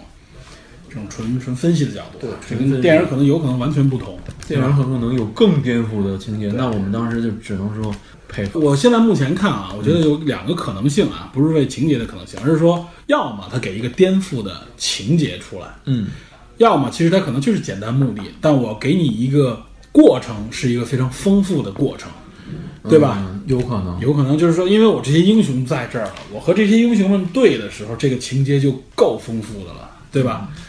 [SPEAKER 1] 这种纯纯分析的角度，啊
[SPEAKER 2] 对
[SPEAKER 1] 这
[SPEAKER 2] 纯分
[SPEAKER 1] 跟
[SPEAKER 2] 析
[SPEAKER 1] 电影可能有可能完全不同。
[SPEAKER 2] 电影很可能有更颠覆的情节，那我们当时就只能说佩服。
[SPEAKER 1] 我现在目前看啊，我
[SPEAKER 2] 嗯
[SPEAKER 1] 觉得有两个可能性啊，不是为情节的可能性，而是说，要么他给一个颠覆的情节出来，
[SPEAKER 2] 嗯，
[SPEAKER 1] 要么其实它可能就是简单目的，但我给你一个过程，是一个非常丰富的过程，对吧？
[SPEAKER 2] 嗯有可能，
[SPEAKER 1] 有可能就是说，因为我这些英雄在这儿了，我和这些英雄们对的时候，这个情节就够丰富的了，对吧？
[SPEAKER 2] 嗯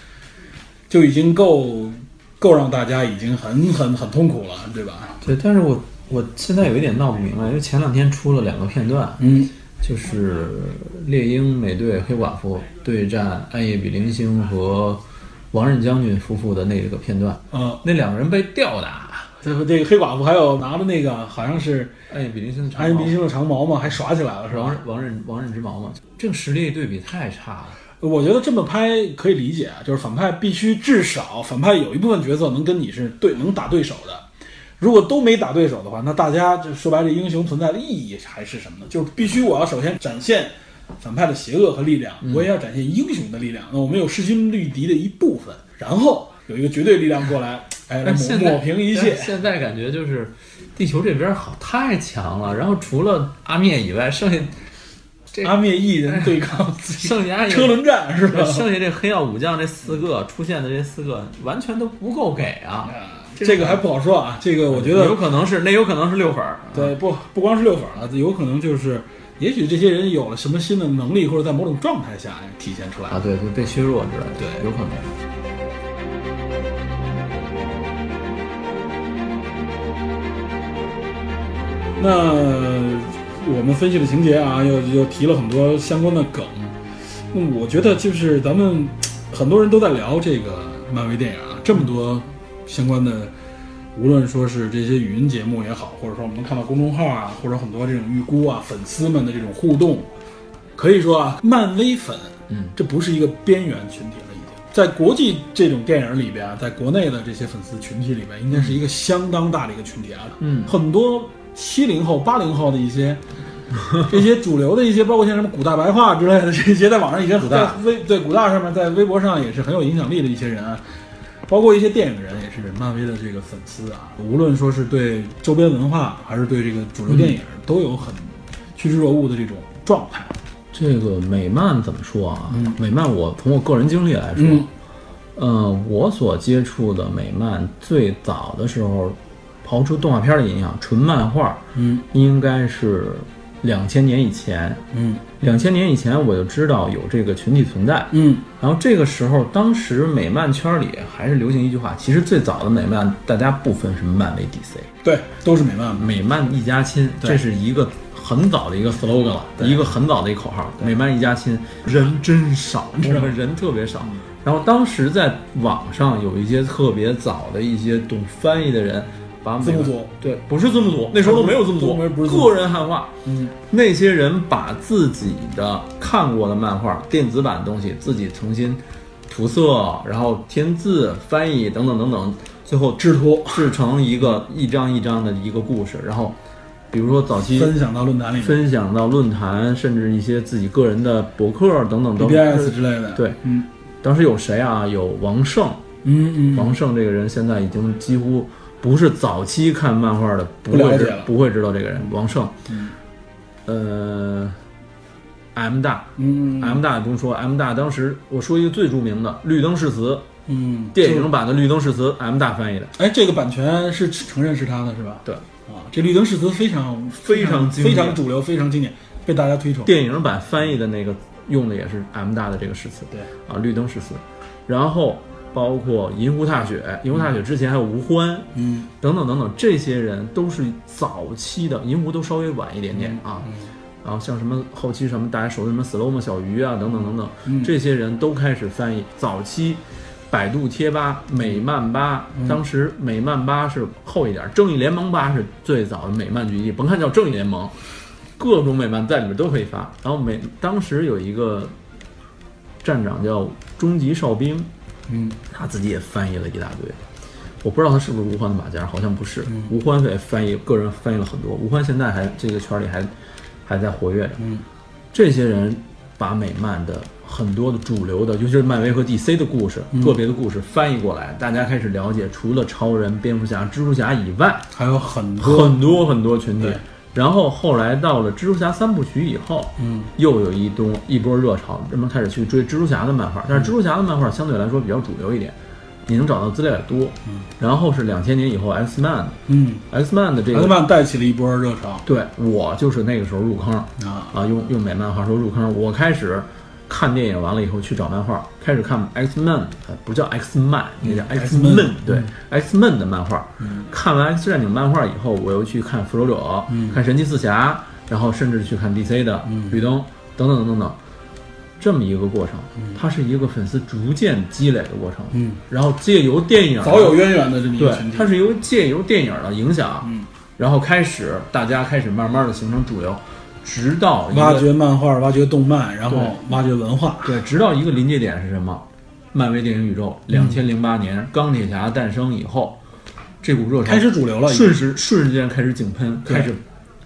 [SPEAKER 1] 就已经够够让大家已经很很很痛苦了，对吧？
[SPEAKER 2] 对，但是我我现在有一点闹不明白，因为前两天出了两个片段，
[SPEAKER 1] 嗯，
[SPEAKER 2] 就是猎鹰美队黑寡妇对战暗夜比邻星和王任将军夫妇的那个片段，
[SPEAKER 1] 呃，
[SPEAKER 2] 那两个人被吊打，
[SPEAKER 1] 这个这个黑寡妇还有拿着那个好像是
[SPEAKER 2] 暗夜比邻星的长
[SPEAKER 1] 安人
[SPEAKER 2] 矛
[SPEAKER 1] 明星的长矛嘛，还耍起来了是吧
[SPEAKER 2] 王？任王任王任之矛嘛，这个实力对比太差了。
[SPEAKER 1] 我觉得这么拍可以理解，啊，就是反派必须至少反派有一部分角色能跟你是对能打对手的，如果都没打对手的话，那大家就说白了，英雄存在的意义还是什么呢？就是必须我要首先展现反派的邪恶和力量，
[SPEAKER 2] 嗯
[SPEAKER 1] 我也要展现英雄的力量。那我们有势均力敌的一部分，然后有一个绝对力量过 来，哎，来
[SPEAKER 2] 但
[SPEAKER 1] 抹
[SPEAKER 2] 现在
[SPEAKER 1] 抹平一
[SPEAKER 2] 但
[SPEAKER 1] 切。
[SPEAKER 2] 现在感觉就是地球这边好太强了，然后除了阿灭以外，剩下这
[SPEAKER 1] 阿灭一人对抗自己
[SPEAKER 2] 剩下也
[SPEAKER 1] 车轮战是吧？
[SPEAKER 2] 剩下这黑曜武将这四个出现的这四个完全都不够给啊！
[SPEAKER 1] 啊这个还不好说啊，这个我觉得
[SPEAKER 2] 有可能是那有可能是六粉儿，
[SPEAKER 1] 对，不不光是六粉了，有可能就是，也许这些人有了什么新的能力，或者在某种状态下哎体现出来
[SPEAKER 2] 啊，。对，就被削弱之类的，
[SPEAKER 1] 对
[SPEAKER 2] 有可能。
[SPEAKER 1] 那我们分析的情节啊，又又提了很多相关的梗。那我觉得就是咱们很多人都在聊这个漫威电影啊，这么多相关的，无论说是这些语音节目也好，或者说我们能看到公众号啊，或者很多这种预估啊，粉丝们的这种互动，可以说啊，漫威粉，
[SPEAKER 2] 嗯，
[SPEAKER 1] 这不是一个边缘群体了，已经在国际这种电影里边啊，在国内的这些粉丝群体里边，应该是一个相当大的一个群体啊，
[SPEAKER 2] 嗯
[SPEAKER 1] 很多七零后、八零后 的一些。这些主流的一些，包括像什么古大白话之类的，这些在网上已经
[SPEAKER 2] 古
[SPEAKER 1] 在
[SPEAKER 2] 大
[SPEAKER 1] 微对古大上面，在微博上也是很有影响力的一些人啊，包括一些电影人也是漫威的这个粉丝啊，无论说是对周边文化，还是对这个主流电影，都有很趋之若鹜的这种状态。
[SPEAKER 2] 这个美漫怎么说啊？美漫我从我个人经历来说，
[SPEAKER 1] 嗯
[SPEAKER 2] 呃，我所接触的美漫最早的时候，刨出动画片的影响，纯漫画
[SPEAKER 1] 嗯
[SPEAKER 2] 应该是两千年以前。
[SPEAKER 1] 嗯
[SPEAKER 2] 两千年以前我就知道有这个群体存在，
[SPEAKER 1] 嗯
[SPEAKER 2] 然后这个时候，当时美漫圈里还是流行一句话，其实最早的美漫大家不分什么漫威、DC，
[SPEAKER 1] 对，都是美漫嘛。
[SPEAKER 2] 美漫一家亲，
[SPEAKER 1] 对
[SPEAKER 2] 这是一个很早的一个 slogan 了，一个很早的一个口号，美漫一家亲，人真少，我们人特别少。然后当时在网上有一些特别早的一些懂翻译的人，把美
[SPEAKER 1] 字幕
[SPEAKER 2] 漫
[SPEAKER 1] 组
[SPEAKER 2] 对，不是字幕组，那时候都没有字幕组
[SPEAKER 1] 不是不是字幕组
[SPEAKER 2] 个人汉化，
[SPEAKER 1] 嗯，
[SPEAKER 2] 那些人把自己的看过的漫画电子版的东西自己重新涂色，然后添字、翻译等等等等，最后制
[SPEAKER 1] 制图
[SPEAKER 2] 制成一个一章一章的一个故事，然后比如说早期
[SPEAKER 1] 分享到论坛里面
[SPEAKER 2] 分享到论坛，甚至一些自己个人的博客等等等
[SPEAKER 1] ，BBS 之类的。，
[SPEAKER 2] 对，
[SPEAKER 1] 嗯
[SPEAKER 2] 当时有谁啊？有王胜，
[SPEAKER 1] 嗯嗯，
[SPEAKER 2] 王胜这个人现在已经几乎不是早期看漫画的不
[SPEAKER 1] 不了
[SPEAKER 2] 会
[SPEAKER 1] 解
[SPEAKER 2] 知
[SPEAKER 1] 了
[SPEAKER 2] 不会知道这个人。王胜，
[SPEAKER 1] 嗯
[SPEAKER 2] 呃，M 大
[SPEAKER 1] 嗯
[SPEAKER 2] ，M 大也不用说，M 大当时我说一个最著名的《绿灯誓词》
[SPEAKER 1] 嗯，
[SPEAKER 2] 电影版的《绿灯誓词》，M 大翻译的，
[SPEAKER 1] 哎，这个版权是承认是他的是吧？
[SPEAKER 2] 对，
[SPEAKER 1] 啊，这绿灯誓词非常
[SPEAKER 2] 非常经
[SPEAKER 1] 非
[SPEAKER 2] 典
[SPEAKER 1] 常主流，非常经典，被大家推崇。
[SPEAKER 2] 电影版翻译的那个用的也是 M 大的这个誓词，
[SPEAKER 1] 对
[SPEAKER 2] 啊，《绿灯誓词》，然后包括《银狐踏雪》，《银狐踏雪》之前还有吴欢，
[SPEAKER 1] 嗯，
[SPEAKER 2] 等等等等，这些人都是早期的，银狐都稍微晚一点点
[SPEAKER 1] 嗯
[SPEAKER 2] 啊。然后像什么后期什么大家熟的什么 Slowmo 小鱼啊等等等等，
[SPEAKER 1] 嗯
[SPEAKER 2] 这些人都开始翻译。早期百度贴吧、美漫吧，
[SPEAKER 1] 嗯
[SPEAKER 2] 当时美漫吧是后一点，正义联盟吧是最早的美漫聚集地。甭看叫正义联盟，各种美漫在里面都可以发。然后美当时有一个站长叫终极哨兵，
[SPEAKER 1] 嗯，
[SPEAKER 2] 他自己也翻译了一大堆。我不知道他是不是吴欢的马甲，好像不是。吴欢也翻译，个人翻译了很多。吴欢现在还这个圈里还还在活跃着。
[SPEAKER 1] 嗯，
[SPEAKER 2] 这些人把美漫的很多的主流的，尤其是漫威和 DC 的故事，个别的故事翻译过来，大家开始了解，除了超人、蝙蝠侠、蜘蛛侠以外，
[SPEAKER 1] 还有很多
[SPEAKER 2] 很多很多群体
[SPEAKER 1] 对。
[SPEAKER 2] 然后后来到了蜘蛛侠三部曲以后，
[SPEAKER 1] 嗯，
[SPEAKER 2] 又有一东一波热潮，人们开始去追蜘蛛侠的漫画。但
[SPEAKER 1] 嗯
[SPEAKER 2] 是蜘蛛侠的漫画相对来说比较主流一点，你能找到资料也多。嗯，然后是两千年以后 X Man，X
[SPEAKER 1] 嗯，
[SPEAKER 2] Man 的这
[SPEAKER 1] 艾德
[SPEAKER 2] 个，
[SPEAKER 1] 曼带起了一波热潮
[SPEAKER 2] 对我就是那个时候入坑
[SPEAKER 1] 啊，
[SPEAKER 2] 啊，用用美漫话说入坑。我开始看电影完了以后去找漫画，开始看 X Man，呃，不叫 X Man，那叫 X
[SPEAKER 1] 嗯 X-Men，嗯
[SPEAKER 2] Men，对 X Men 的漫画。看完 X 战警漫画以后，我又去看复仇者，
[SPEAKER 1] 嗯
[SPEAKER 2] 看神奇四侠，然后甚至去看 DC 的绿灯等等等等等。这么一个过程，它是一个粉丝逐渐积累的过程，
[SPEAKER 1] 嗯，
[SPEAKER 2] 然后借由电影
[SPEAKER 1] 早有渊源的这么一
[SPEAKER 2] 对
[SPEAKER 1] 个群，体
[SPEAKER 2] 它，是由借由电影的影响，
[SPEAKER 1] 嗯，
[SPEAKER 2] 然后开始大家开始慢慢的形成主流，直到一个
[SPEAKER 1] 挖掘漫画，挖掘动漫，然后
[SPEAKER 2] 对
[SPEAKER 1] 挖掘文化，
[SPEAKER 2] 对，直到一个临界点是什么？漫威电影宇
[SPEAKER 1] 嗯
[SPEAKER 2] 宙两千零八年钢铁侠诞生以后，这股热潮
[SPEAKER 1] 开始主流了，已经
[SPEAKER 2] 瞬时瞬间开始井喷，
[SPEAKER 1] 对
[SPEAKER 2] 开始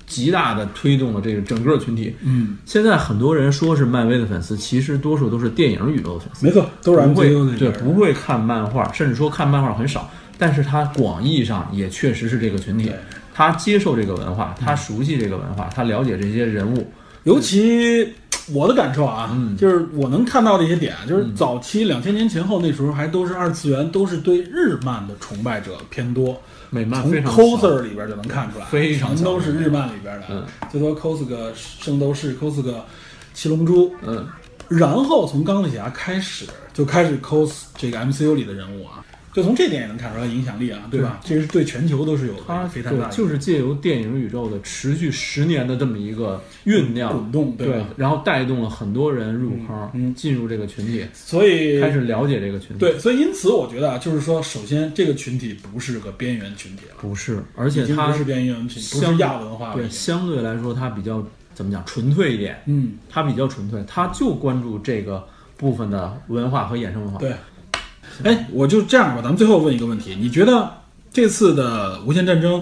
[SPEAKER 2] 极大的推动了这个整个群体。
[SPEAKER 1] 嗯，
[SPEAKER 2] 现在很多人说是漫威的粉丝，其实多数都是电影宇宙的粉丝，
[SPEAKER 1] 没错，都是
[SPEAKER 2] 不
[SPEAKER 1] MCU
[SPEAKER 2] 会
[SPEAKER 1] 那边
[SPEAKER 2] 对
[SPEAKER 1] 儿
[SPEAKER 2] 不会看漫画，甚至说看漫画很少。但是他广义上也确实是这个群体
[SPEAKER 1] 对，嗯
[SPEAKER 2] 他接受这个文化，他熟悉这个文化，他了解这些人物，
[SPEAKER 1] 尤其我的感受啊，
[SPEAKER 2] 嗯
[SPEAKER 1] 就是我能看到的一些点，就是早期两千年前后那时候还都是二次元，都是对日漫的崇拜者偏多。
[SPEAKER 2] 美漫
[SPEAKER 1] 从
[SPEAKER 2] 非常少
[SPEAKER 1] coser 里边就能看出来，
[SPEAKER 2] 非常
[SPEAKER 1] 全都
[SPEAKER 2] 小
[SPEAKER 1] 是日漫里边的，
[SPEAKER 2] 嗯
[SPEAKER 1] 最多 cos 个圣斗士，cos 个七龙珠，
[SPEAKER 2] 嗯。
[SPEAKER 1] 然后从钢铁侠开始就开始 cos 这个 MCU 里的人物啊，就从这点也能看出来影响力啊，对吧？这是对全球都是有
[SPEAKER 2] 它
[SPEAKER 1] 非常大的
[SPEAKER 2] 对就是借由电影宇宙的持续十年的这么一个酝
[SPEAKER 1] 滚
[SPEAKER 2] 酿，
[SPEAKER 1] 动，
[SPEAKER 2] 对
[SPEAKER 1] 吧？
[SPEAKER 2] 然后带动了很多人入坑，
[SPEAKER 1] 嗯嗯
[SPEAKER 2] 进入这个群体，
[SPEAKER 1] 所以
[SPEAKER 2] 开始了解这个群体。，
[SPEAKER 1] 对，所以因此我觉得啊，就是说，首先这个群体不是个边缘群体了，
[SPEAKER 2] 不是，而
[SPEAKER 1] 已
[SPEAKER 2] 且
[SPEAKER 1] 经
[SPEAKER 2] 它
[SPEAKER 1] 不是边缘群体，不是
[SPEAKER 2] 相
[SPEAKER 1] 亚文化了已
[SPEAKER 2] 对
[SPEAKER 1] 经。
[SPEAKER 2] 相对来说它比较怎么讲纯粹一点，
[SPEAKER 1] 嗯，
[SPEAKER 2] 它比较纯粹，它就关注这个部分的文化和衍生文化。
[SPEAKER 1] 对。哎，我就这样吧，咱们最后问一个问题：你觉得这次的《无限战争》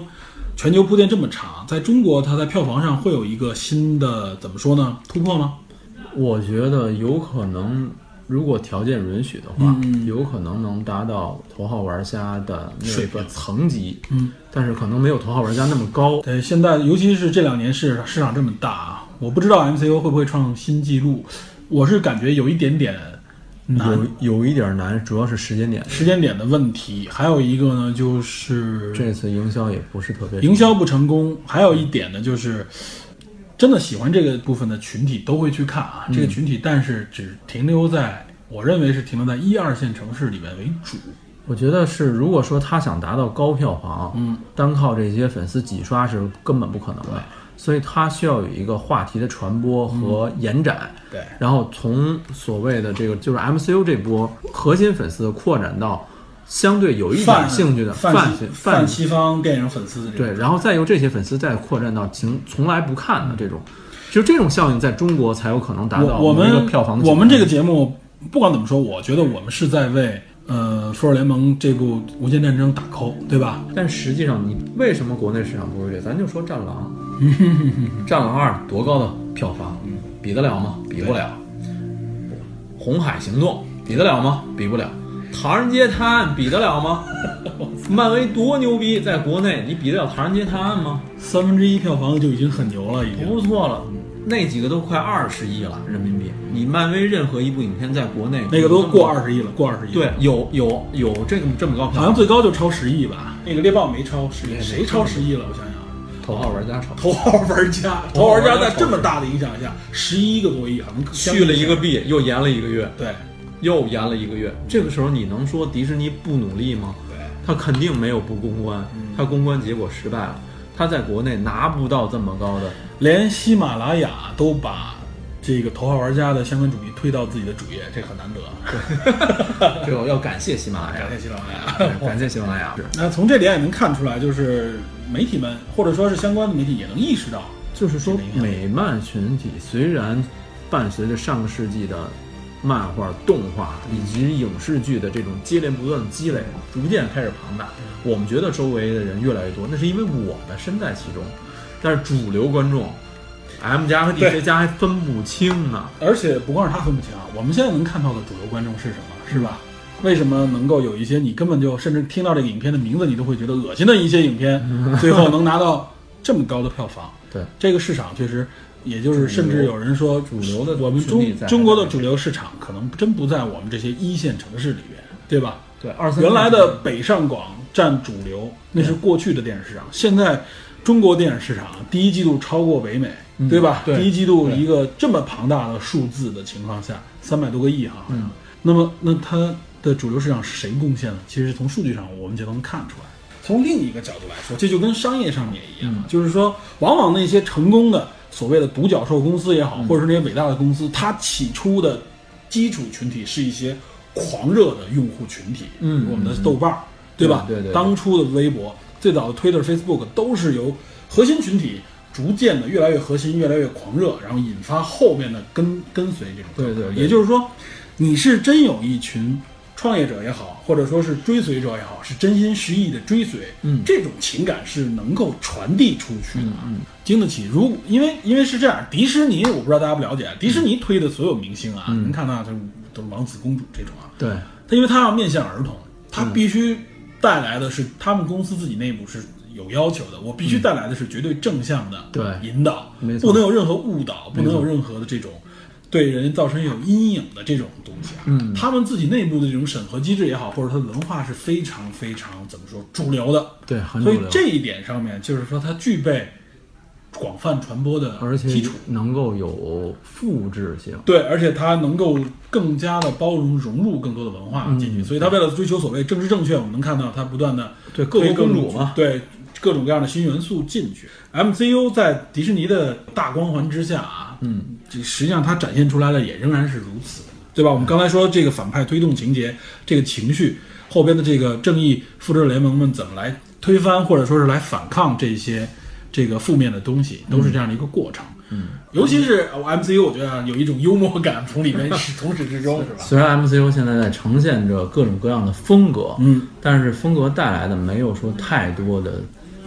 [SPEAKER 1] 全球铺垫这么长，在中国它在票房上会有一个新的怎么说呢突破吗？
[SPEAKER 2] 我觉得有可能，如果条件允许的
[SPEAKER 1] 嗯
[SPEAKER 2] 话，有可能能达到头号玩家的那
[SPEAKER 1] 水
[SPEAKER 2] 个
[SPEAKER 1] 平
[SPEAKER 2] 层级，
[SPEAKER 1] 嗯，
[SPEAKER 2] 但是可能没有头号玩家那么高。
[SPEAKER 1] 对，呃现在尤其是这两年市市场这么大啊，我不知道 MCU 会不会创新纪录，我是感觉有一点点难。
[SPEAKER 2] 有有一点难，主要是时间点。
[SPEAKER 1] 时间点的问题，还有一个呢，就是
[SPEAKER 2] 这次营销也不是特别成功
[SPEAKER 1] 营销不成功，还有一点呢，就是真的喜欢这个部分的群体都会去看啊，
[SPEAKER 2] 嗯
[SPEAKER 1] 这个群体，但是只停留在我认为是停留在一二线城市里面为主。
[SPEAKER 2] 我觉得是，如果说他想达到高票房，
[SPEAKER 1] 嗯，
[SPEAKER 2] 单靠这些粉丝挤刷是根本不可能的，所以他需要有一个话题的传播
[SPEAKER 1] 嗯
[SPEAKER 2] 和延展。
[SPEAKER 1] 对，
[SPEAKER 2] 然后从所谓的这个就是 MCU 这波核心粉丝扩展到相对有一点
[SPEAKER 1] 泛
[SPEAKER 2] 兴趣的
[SPEAKER 1] 泛
[SPEAKER 2] 泛
[SPEAKER 1] 西
[SPEAKER 2] 泛
[SPEAKER 1] 泛西方电影粉丝的这
[SPEAKER 2] 对，
[SPEAKER 1] 种，
[SPEAKER 2] 然后再由这些粉丝再扩展到从从来不看的这种，就这种效应在中国才有可能达到
[SPEAKER 1] 我我
[SPEAKER 2] 某一个
[SPEAKER 1] 们
[SPEAKER 2] 票房的
[SPEAKER 1] 我
[SPEAKER 2] 结
[SPEAKER 1] 们
[SPEAKER 2] 果
[SPEAKER 1] 这个节目不管怎么说，我觉得我们是在为呃《复仇者联盟》这部《无间战争》打 call，对吧？
[SPEAKER 2] 但实际上，你为什么国内市场不如这？咱就说《战 狼》，《战狼二》多高的票房，比得了
[SPEAKER 1] 嗯
[SPEAKER 2] 吗？比不了。《红海行动》比得了吗？比不了。《唐人街探案》比得 了吗？漫威多牛逼，在国内你比得了《唐人街探案》吗？
[SPEAKER 1] 三分之一嗯票房就已经很牛了，已经。
[SPEAKER 2] 不错了，那几个都快二十亿了人民币。你漫威任何一部影片在国内
[SPEAKER 1] 那个都过二
[SPEAKER 2] 十，
[SPEAKER 1] 十亿了，过二十亿。
[SPEAKER 2] 对，，有有有这个这么高票
[SPEAKER 1] 好
[SPEAKER 2] 房
[SPEAKER 1] 像，最高就超十亿吧？那个猎豹没超十亿，谁超十亿了？我想想，
[SPEAKER 2] 头号玩家炒。
[SPEAKER 1] 头号玩 家，头号玩家在这么大的影响下，十一个多亿，好 像
[SPEAKER 2] 续了一个币，又延了一个月，
[SPEAKER 1] 对
[SPEAKER 2] 又延了一个月。这个时候你能说迪士尼不努力吗？
[SPEAKER 1] 对，
[SPEAKER 2] 他肯定没有不公关，
[SPEAKER 1] 嗯
[SPEAKER 2] 他公关结果失败了，他在国内拿不到这么高的。
[SPEAKER 1] 连喜马拉雅都把这个头号玩家的相关主题推到自己的主页，这很难得。
[SPEAKER 2] 这个我要感谢喜马拉雅
[SPEAKER 1] 感，谢喜马拉雅。
[SPEAKER 2] 对感谢喜马拉雅。是
[SPEAKER 1] 那从这点也能看出来，就是媒体们或者说是相关的媒体也能意识到，
[SPEAKER 2] 就是说
[SPEAKER 1] 这个影，响
[SPEAKER 2] 美漫群体虽然伴随着上个世纪的漫画、动画以及影视剧的这种接连不断的积累，逐渐开始庞大。
[SPEAKER 1] 嗯
[SPEAKER 2] 我们觉得周围的人越来越多，那是因为我们身在其中。但是主流观众 M 加和 DC 加还分不清呢。
[SPEAKER 1] 而且不光是他分不清，啊我们现在能看到的主流观众是什么，是吧？为什么能够有一些你根本就甚至听到这个影片的名字你都会觉得恶心的一些影片，
[SPEAKER 3] 嗯
[SPEAKER 1] 最后能拿到这么高的票房？
[SPEAKER 2] 对，
[SPEAKER 1] 这个市场确实，也就是甚至有人说，主
[SPEAKER 3] 流的
[SPEAKER 1] 我们
[SPEAKER 3] 群体
[SPEAKER 1] 中
[SPEAKER 3] 在
[SPEAKER 1] 中国的主流市场可能真不在我们这些一线城市里边，对吧？
[SPEAKER 3] 对，二三
[SPEAKER 1] 原来的北上广占主流，那是过去的电影市场。现在中国电影市场第一季度超过北美，对吧？
[SPEAKER 3] 嗯对
[SPEAKER 1] 第一季度
[SPEAKER 3] 对
[SPEAKER 1] 一个这么庞大的数字的情况下，三百多个亿哈、
[SPEAKER 3] 嗯
[SPEAKER 1] 好像那么那它的主流市场是谁贡献的？其实从数据上我们就能看出来。从另一个角度来说，这就跟商业上面一样，
[SPEAKER 3] 嗯
[SPEAKER 1] 就是说，往往那些成功的所谓的独角兽公司也
[SPEAKER 3] 嗯
[SPEAKER 1] 好，或者是那些伟大的公司，它起初的基础群体是一些狂热的用户群体，
[SPEAKER 2] 嗯
[SPEAKER 1] 我们的豆瓣儿，对吧？
[SPEAKER 3] 对对对
[SPEAKER 1] 当初的微博，最早的 Twitter、Facebook 都是由核心群体逐渐的越来越核心，越来越狂热，然后引发后面的跟跟随这种状态。
[SPEAKER 3] 对对对
[SPEAKER 1] 也就是说，你是真有一群创业者也好，或者说是追随者也好，是真心实意的追随，
[SPEAKER 2] 嗯
[SPEAKER 1] 这种情感是能够传递出去的，嗯，经得起。如因为因为是这样，迪士尼我不知道大家不了解，迪士尼推的所有明星啊，能看到就是都是王子公主这种啊，
[SPEAKER 2] 对，
[SPEAKER 1] 他因为他要面向儿童，
[SPEAKER 2] 嗯
[SPEAKER 1] 他必须带来的是他们公司自己内部是有要求的，我必须带来的是绝对正向的
[SPEAKER 2] 嗯对
[SPEAKER 1] 引导，
[SPEAKER 2] 没错
[SPEAKER 1] 不能有任何误导，不能有任何的这种对人造成有阴影的这种东西啊。嗯，他们自己内部的这种审核机制也好，或者他的文化是非常非常怎么说主流的，
[SPEAKER 2] 对很
[SPEAKER 1] 所以
[SPEAKER 2] 主流
[SPEAKER 1] 这一点上面就是说它具备广泛传播的
[SPEAKER 2] 而且
[SPEAKER 1] 基础。
[SPEAKER 2] 能够有复制性。
[SPEAKER 1] 对，而且它能够更加的包容、融入更多的文化进去，所以它为了追求所谓政治正确，我们能看到它不断的
[SPEAKER 2] 对
[SPEAKER 1] 各国
[SPEAKER 2] 推
[SPEAKER 1] 公
[SPEAKER 2] 更
[SPEAKER 1] 主
[SPEAKER 2] 主嘛
[SPEAKER 1] 对各种各样的新元素进去。MCU 在迪士尼的大光环之下啊，嗯，这实际上它展现出来的也仍然是如此，对吧？我们刚才说这个反派推动情节，这个情绪后边的这个正义复仇者联盟们怎么来推翻，或者说是来反抗这些这个负面的东西，都是这样的一个过程。嗯，尤其是呃我 MCU，我觉得啊有一种幽默感从里面是从始至终是吧？
[SPEAKER 2] 虽然 MCU 现在在呈现着各种各样的风格，
[SPEAKER 1] 嗯，
[SPEAKER 2] 但是风格带来的没有说太多的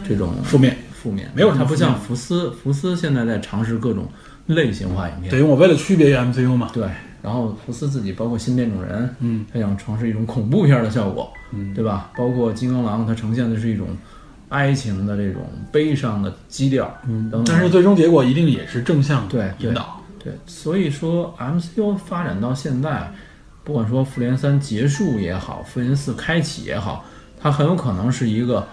[SPEAKER 2] 这种
[SPEAKER 1] 负面
[SPEAKER 2] 负面，
[SPEAKER 1] 没有什么
[SPEAKER 2] 它不
[SPEAKER 1] 负面
[SPEAKER 2] 像福斯，福斯现在在尝试各种类型化影片，
[SPEAKER 1] 等于我为了区别于 MCU 嘛，
[SPEAKER 2] 对，然后福斯自己包括新变种人，嗯，他想尝试一种恐怖片的效果，嗯，对吧？包括金刚狼，它呈现的是一种哀情的这种悲伤的基调，嗯等等
[SPEAKER 1] 但是最终结果一定也是正向
[SPEAKER 2] 对对
[SPEAKER 1] 引导。
[SPEAKER 2] 对，所以说 MCU 发展到现在，不管说复联三结束也好，复联四开启也好，它很有可能是一个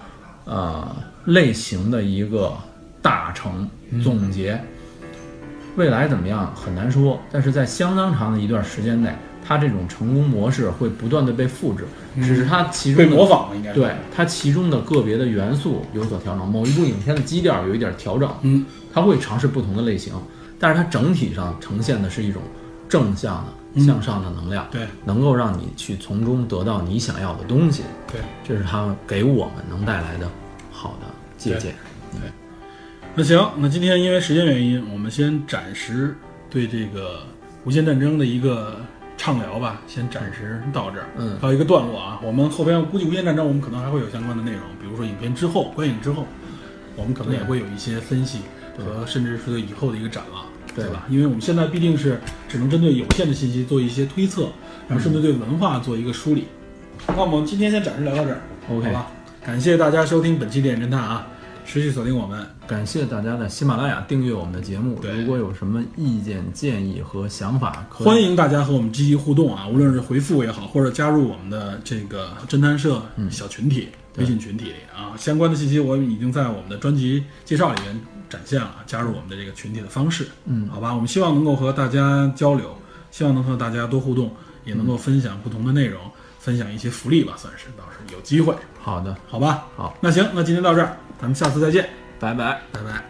[SPEAKER 2] 呃类型的一个大成
[SPEAKER 1] 嗯
[SPEAKER 2] 总结。未来怎么样很难说，但是在相当长的一段时间内，它这种成功模式会不断的被复制，只是它其
[SPEAKER 1] 嗯
[SPEAKER 2] 中
[SPEAKER 1] 被
[SPEAKER 2] 的
[SPEAKER 1] 模仿了应该是
[SPEAKER 2] 对它其中的个别的元素有所调整，某一部影片的基调有一点调整，
[SPEAKER 1] 嗯，
[SPEAKER 2] 它会尝试不同的类型，但是它整体上呈现的是一种正向的、向上的能量，
[SPEAKER 1] 嗯对，
[SPEAKER 2] 能够让你去从中得到你想要的东西，
[SPEAKER 1] 对，
[SPEAKER 2] 这是它给我们能带来的好的借鉴。
[SPEAKER 1] 那行，那今天因为时间原因，我们先暂时对这个《无限战争》的一个畅聊吧，先暂时到这儿，
[SPEAKER 2] 嗯
[SPEAKER 1] 到一个段落啊。我们后边估计《无限战争》我们可能还会有相关的内容，比如说影片之后、观影之后，我们可能也会有一些分析和甚至是对以后的一个展望，对
[SPEAKER 2] 对
[SPEAKER 1] 吧？因为我们现在必定是只能针对有限的信息做一些推测，然后甚至对文化做一个梳理。那我们今天先暂时聊到这儿
[SPEAKER 2] OK
[SPEAKER 1] 好吧？感谢大家收听本期《电影侦探》啊，持续锁定我们。
[SPEAKER 2] 感谢大家在喜马拉雅订阅我们的节目，
[SPEAKER 1] 对
[SPEAKER 2] 如果有什么意见、建议和想法，可以
[SPEAKER 1] 欢迎大家和我们积极互动啊，无论是回复也好，或者加入我们的这个侦探社小群体、微信群体里啊，相关的信息我已经在我们的专辑介绍里面展现了，加入我们的这个群体的方式。嗯，好吧，我们希望能够和大家交流，希望能和大家多互动，也能够分享不同的内容，分享一些福利吧，算是倒是有机会，
[SPEAKER 2] 好的，
[SPEAKER 1] 好吧？
[SPEAKER 2] 好，
[SPEAKER 1] 那行，那今天到这儿，咱们下次再见，
[SPEAKER 2] 拜拜。
[SPEAKER 1] 拜拜。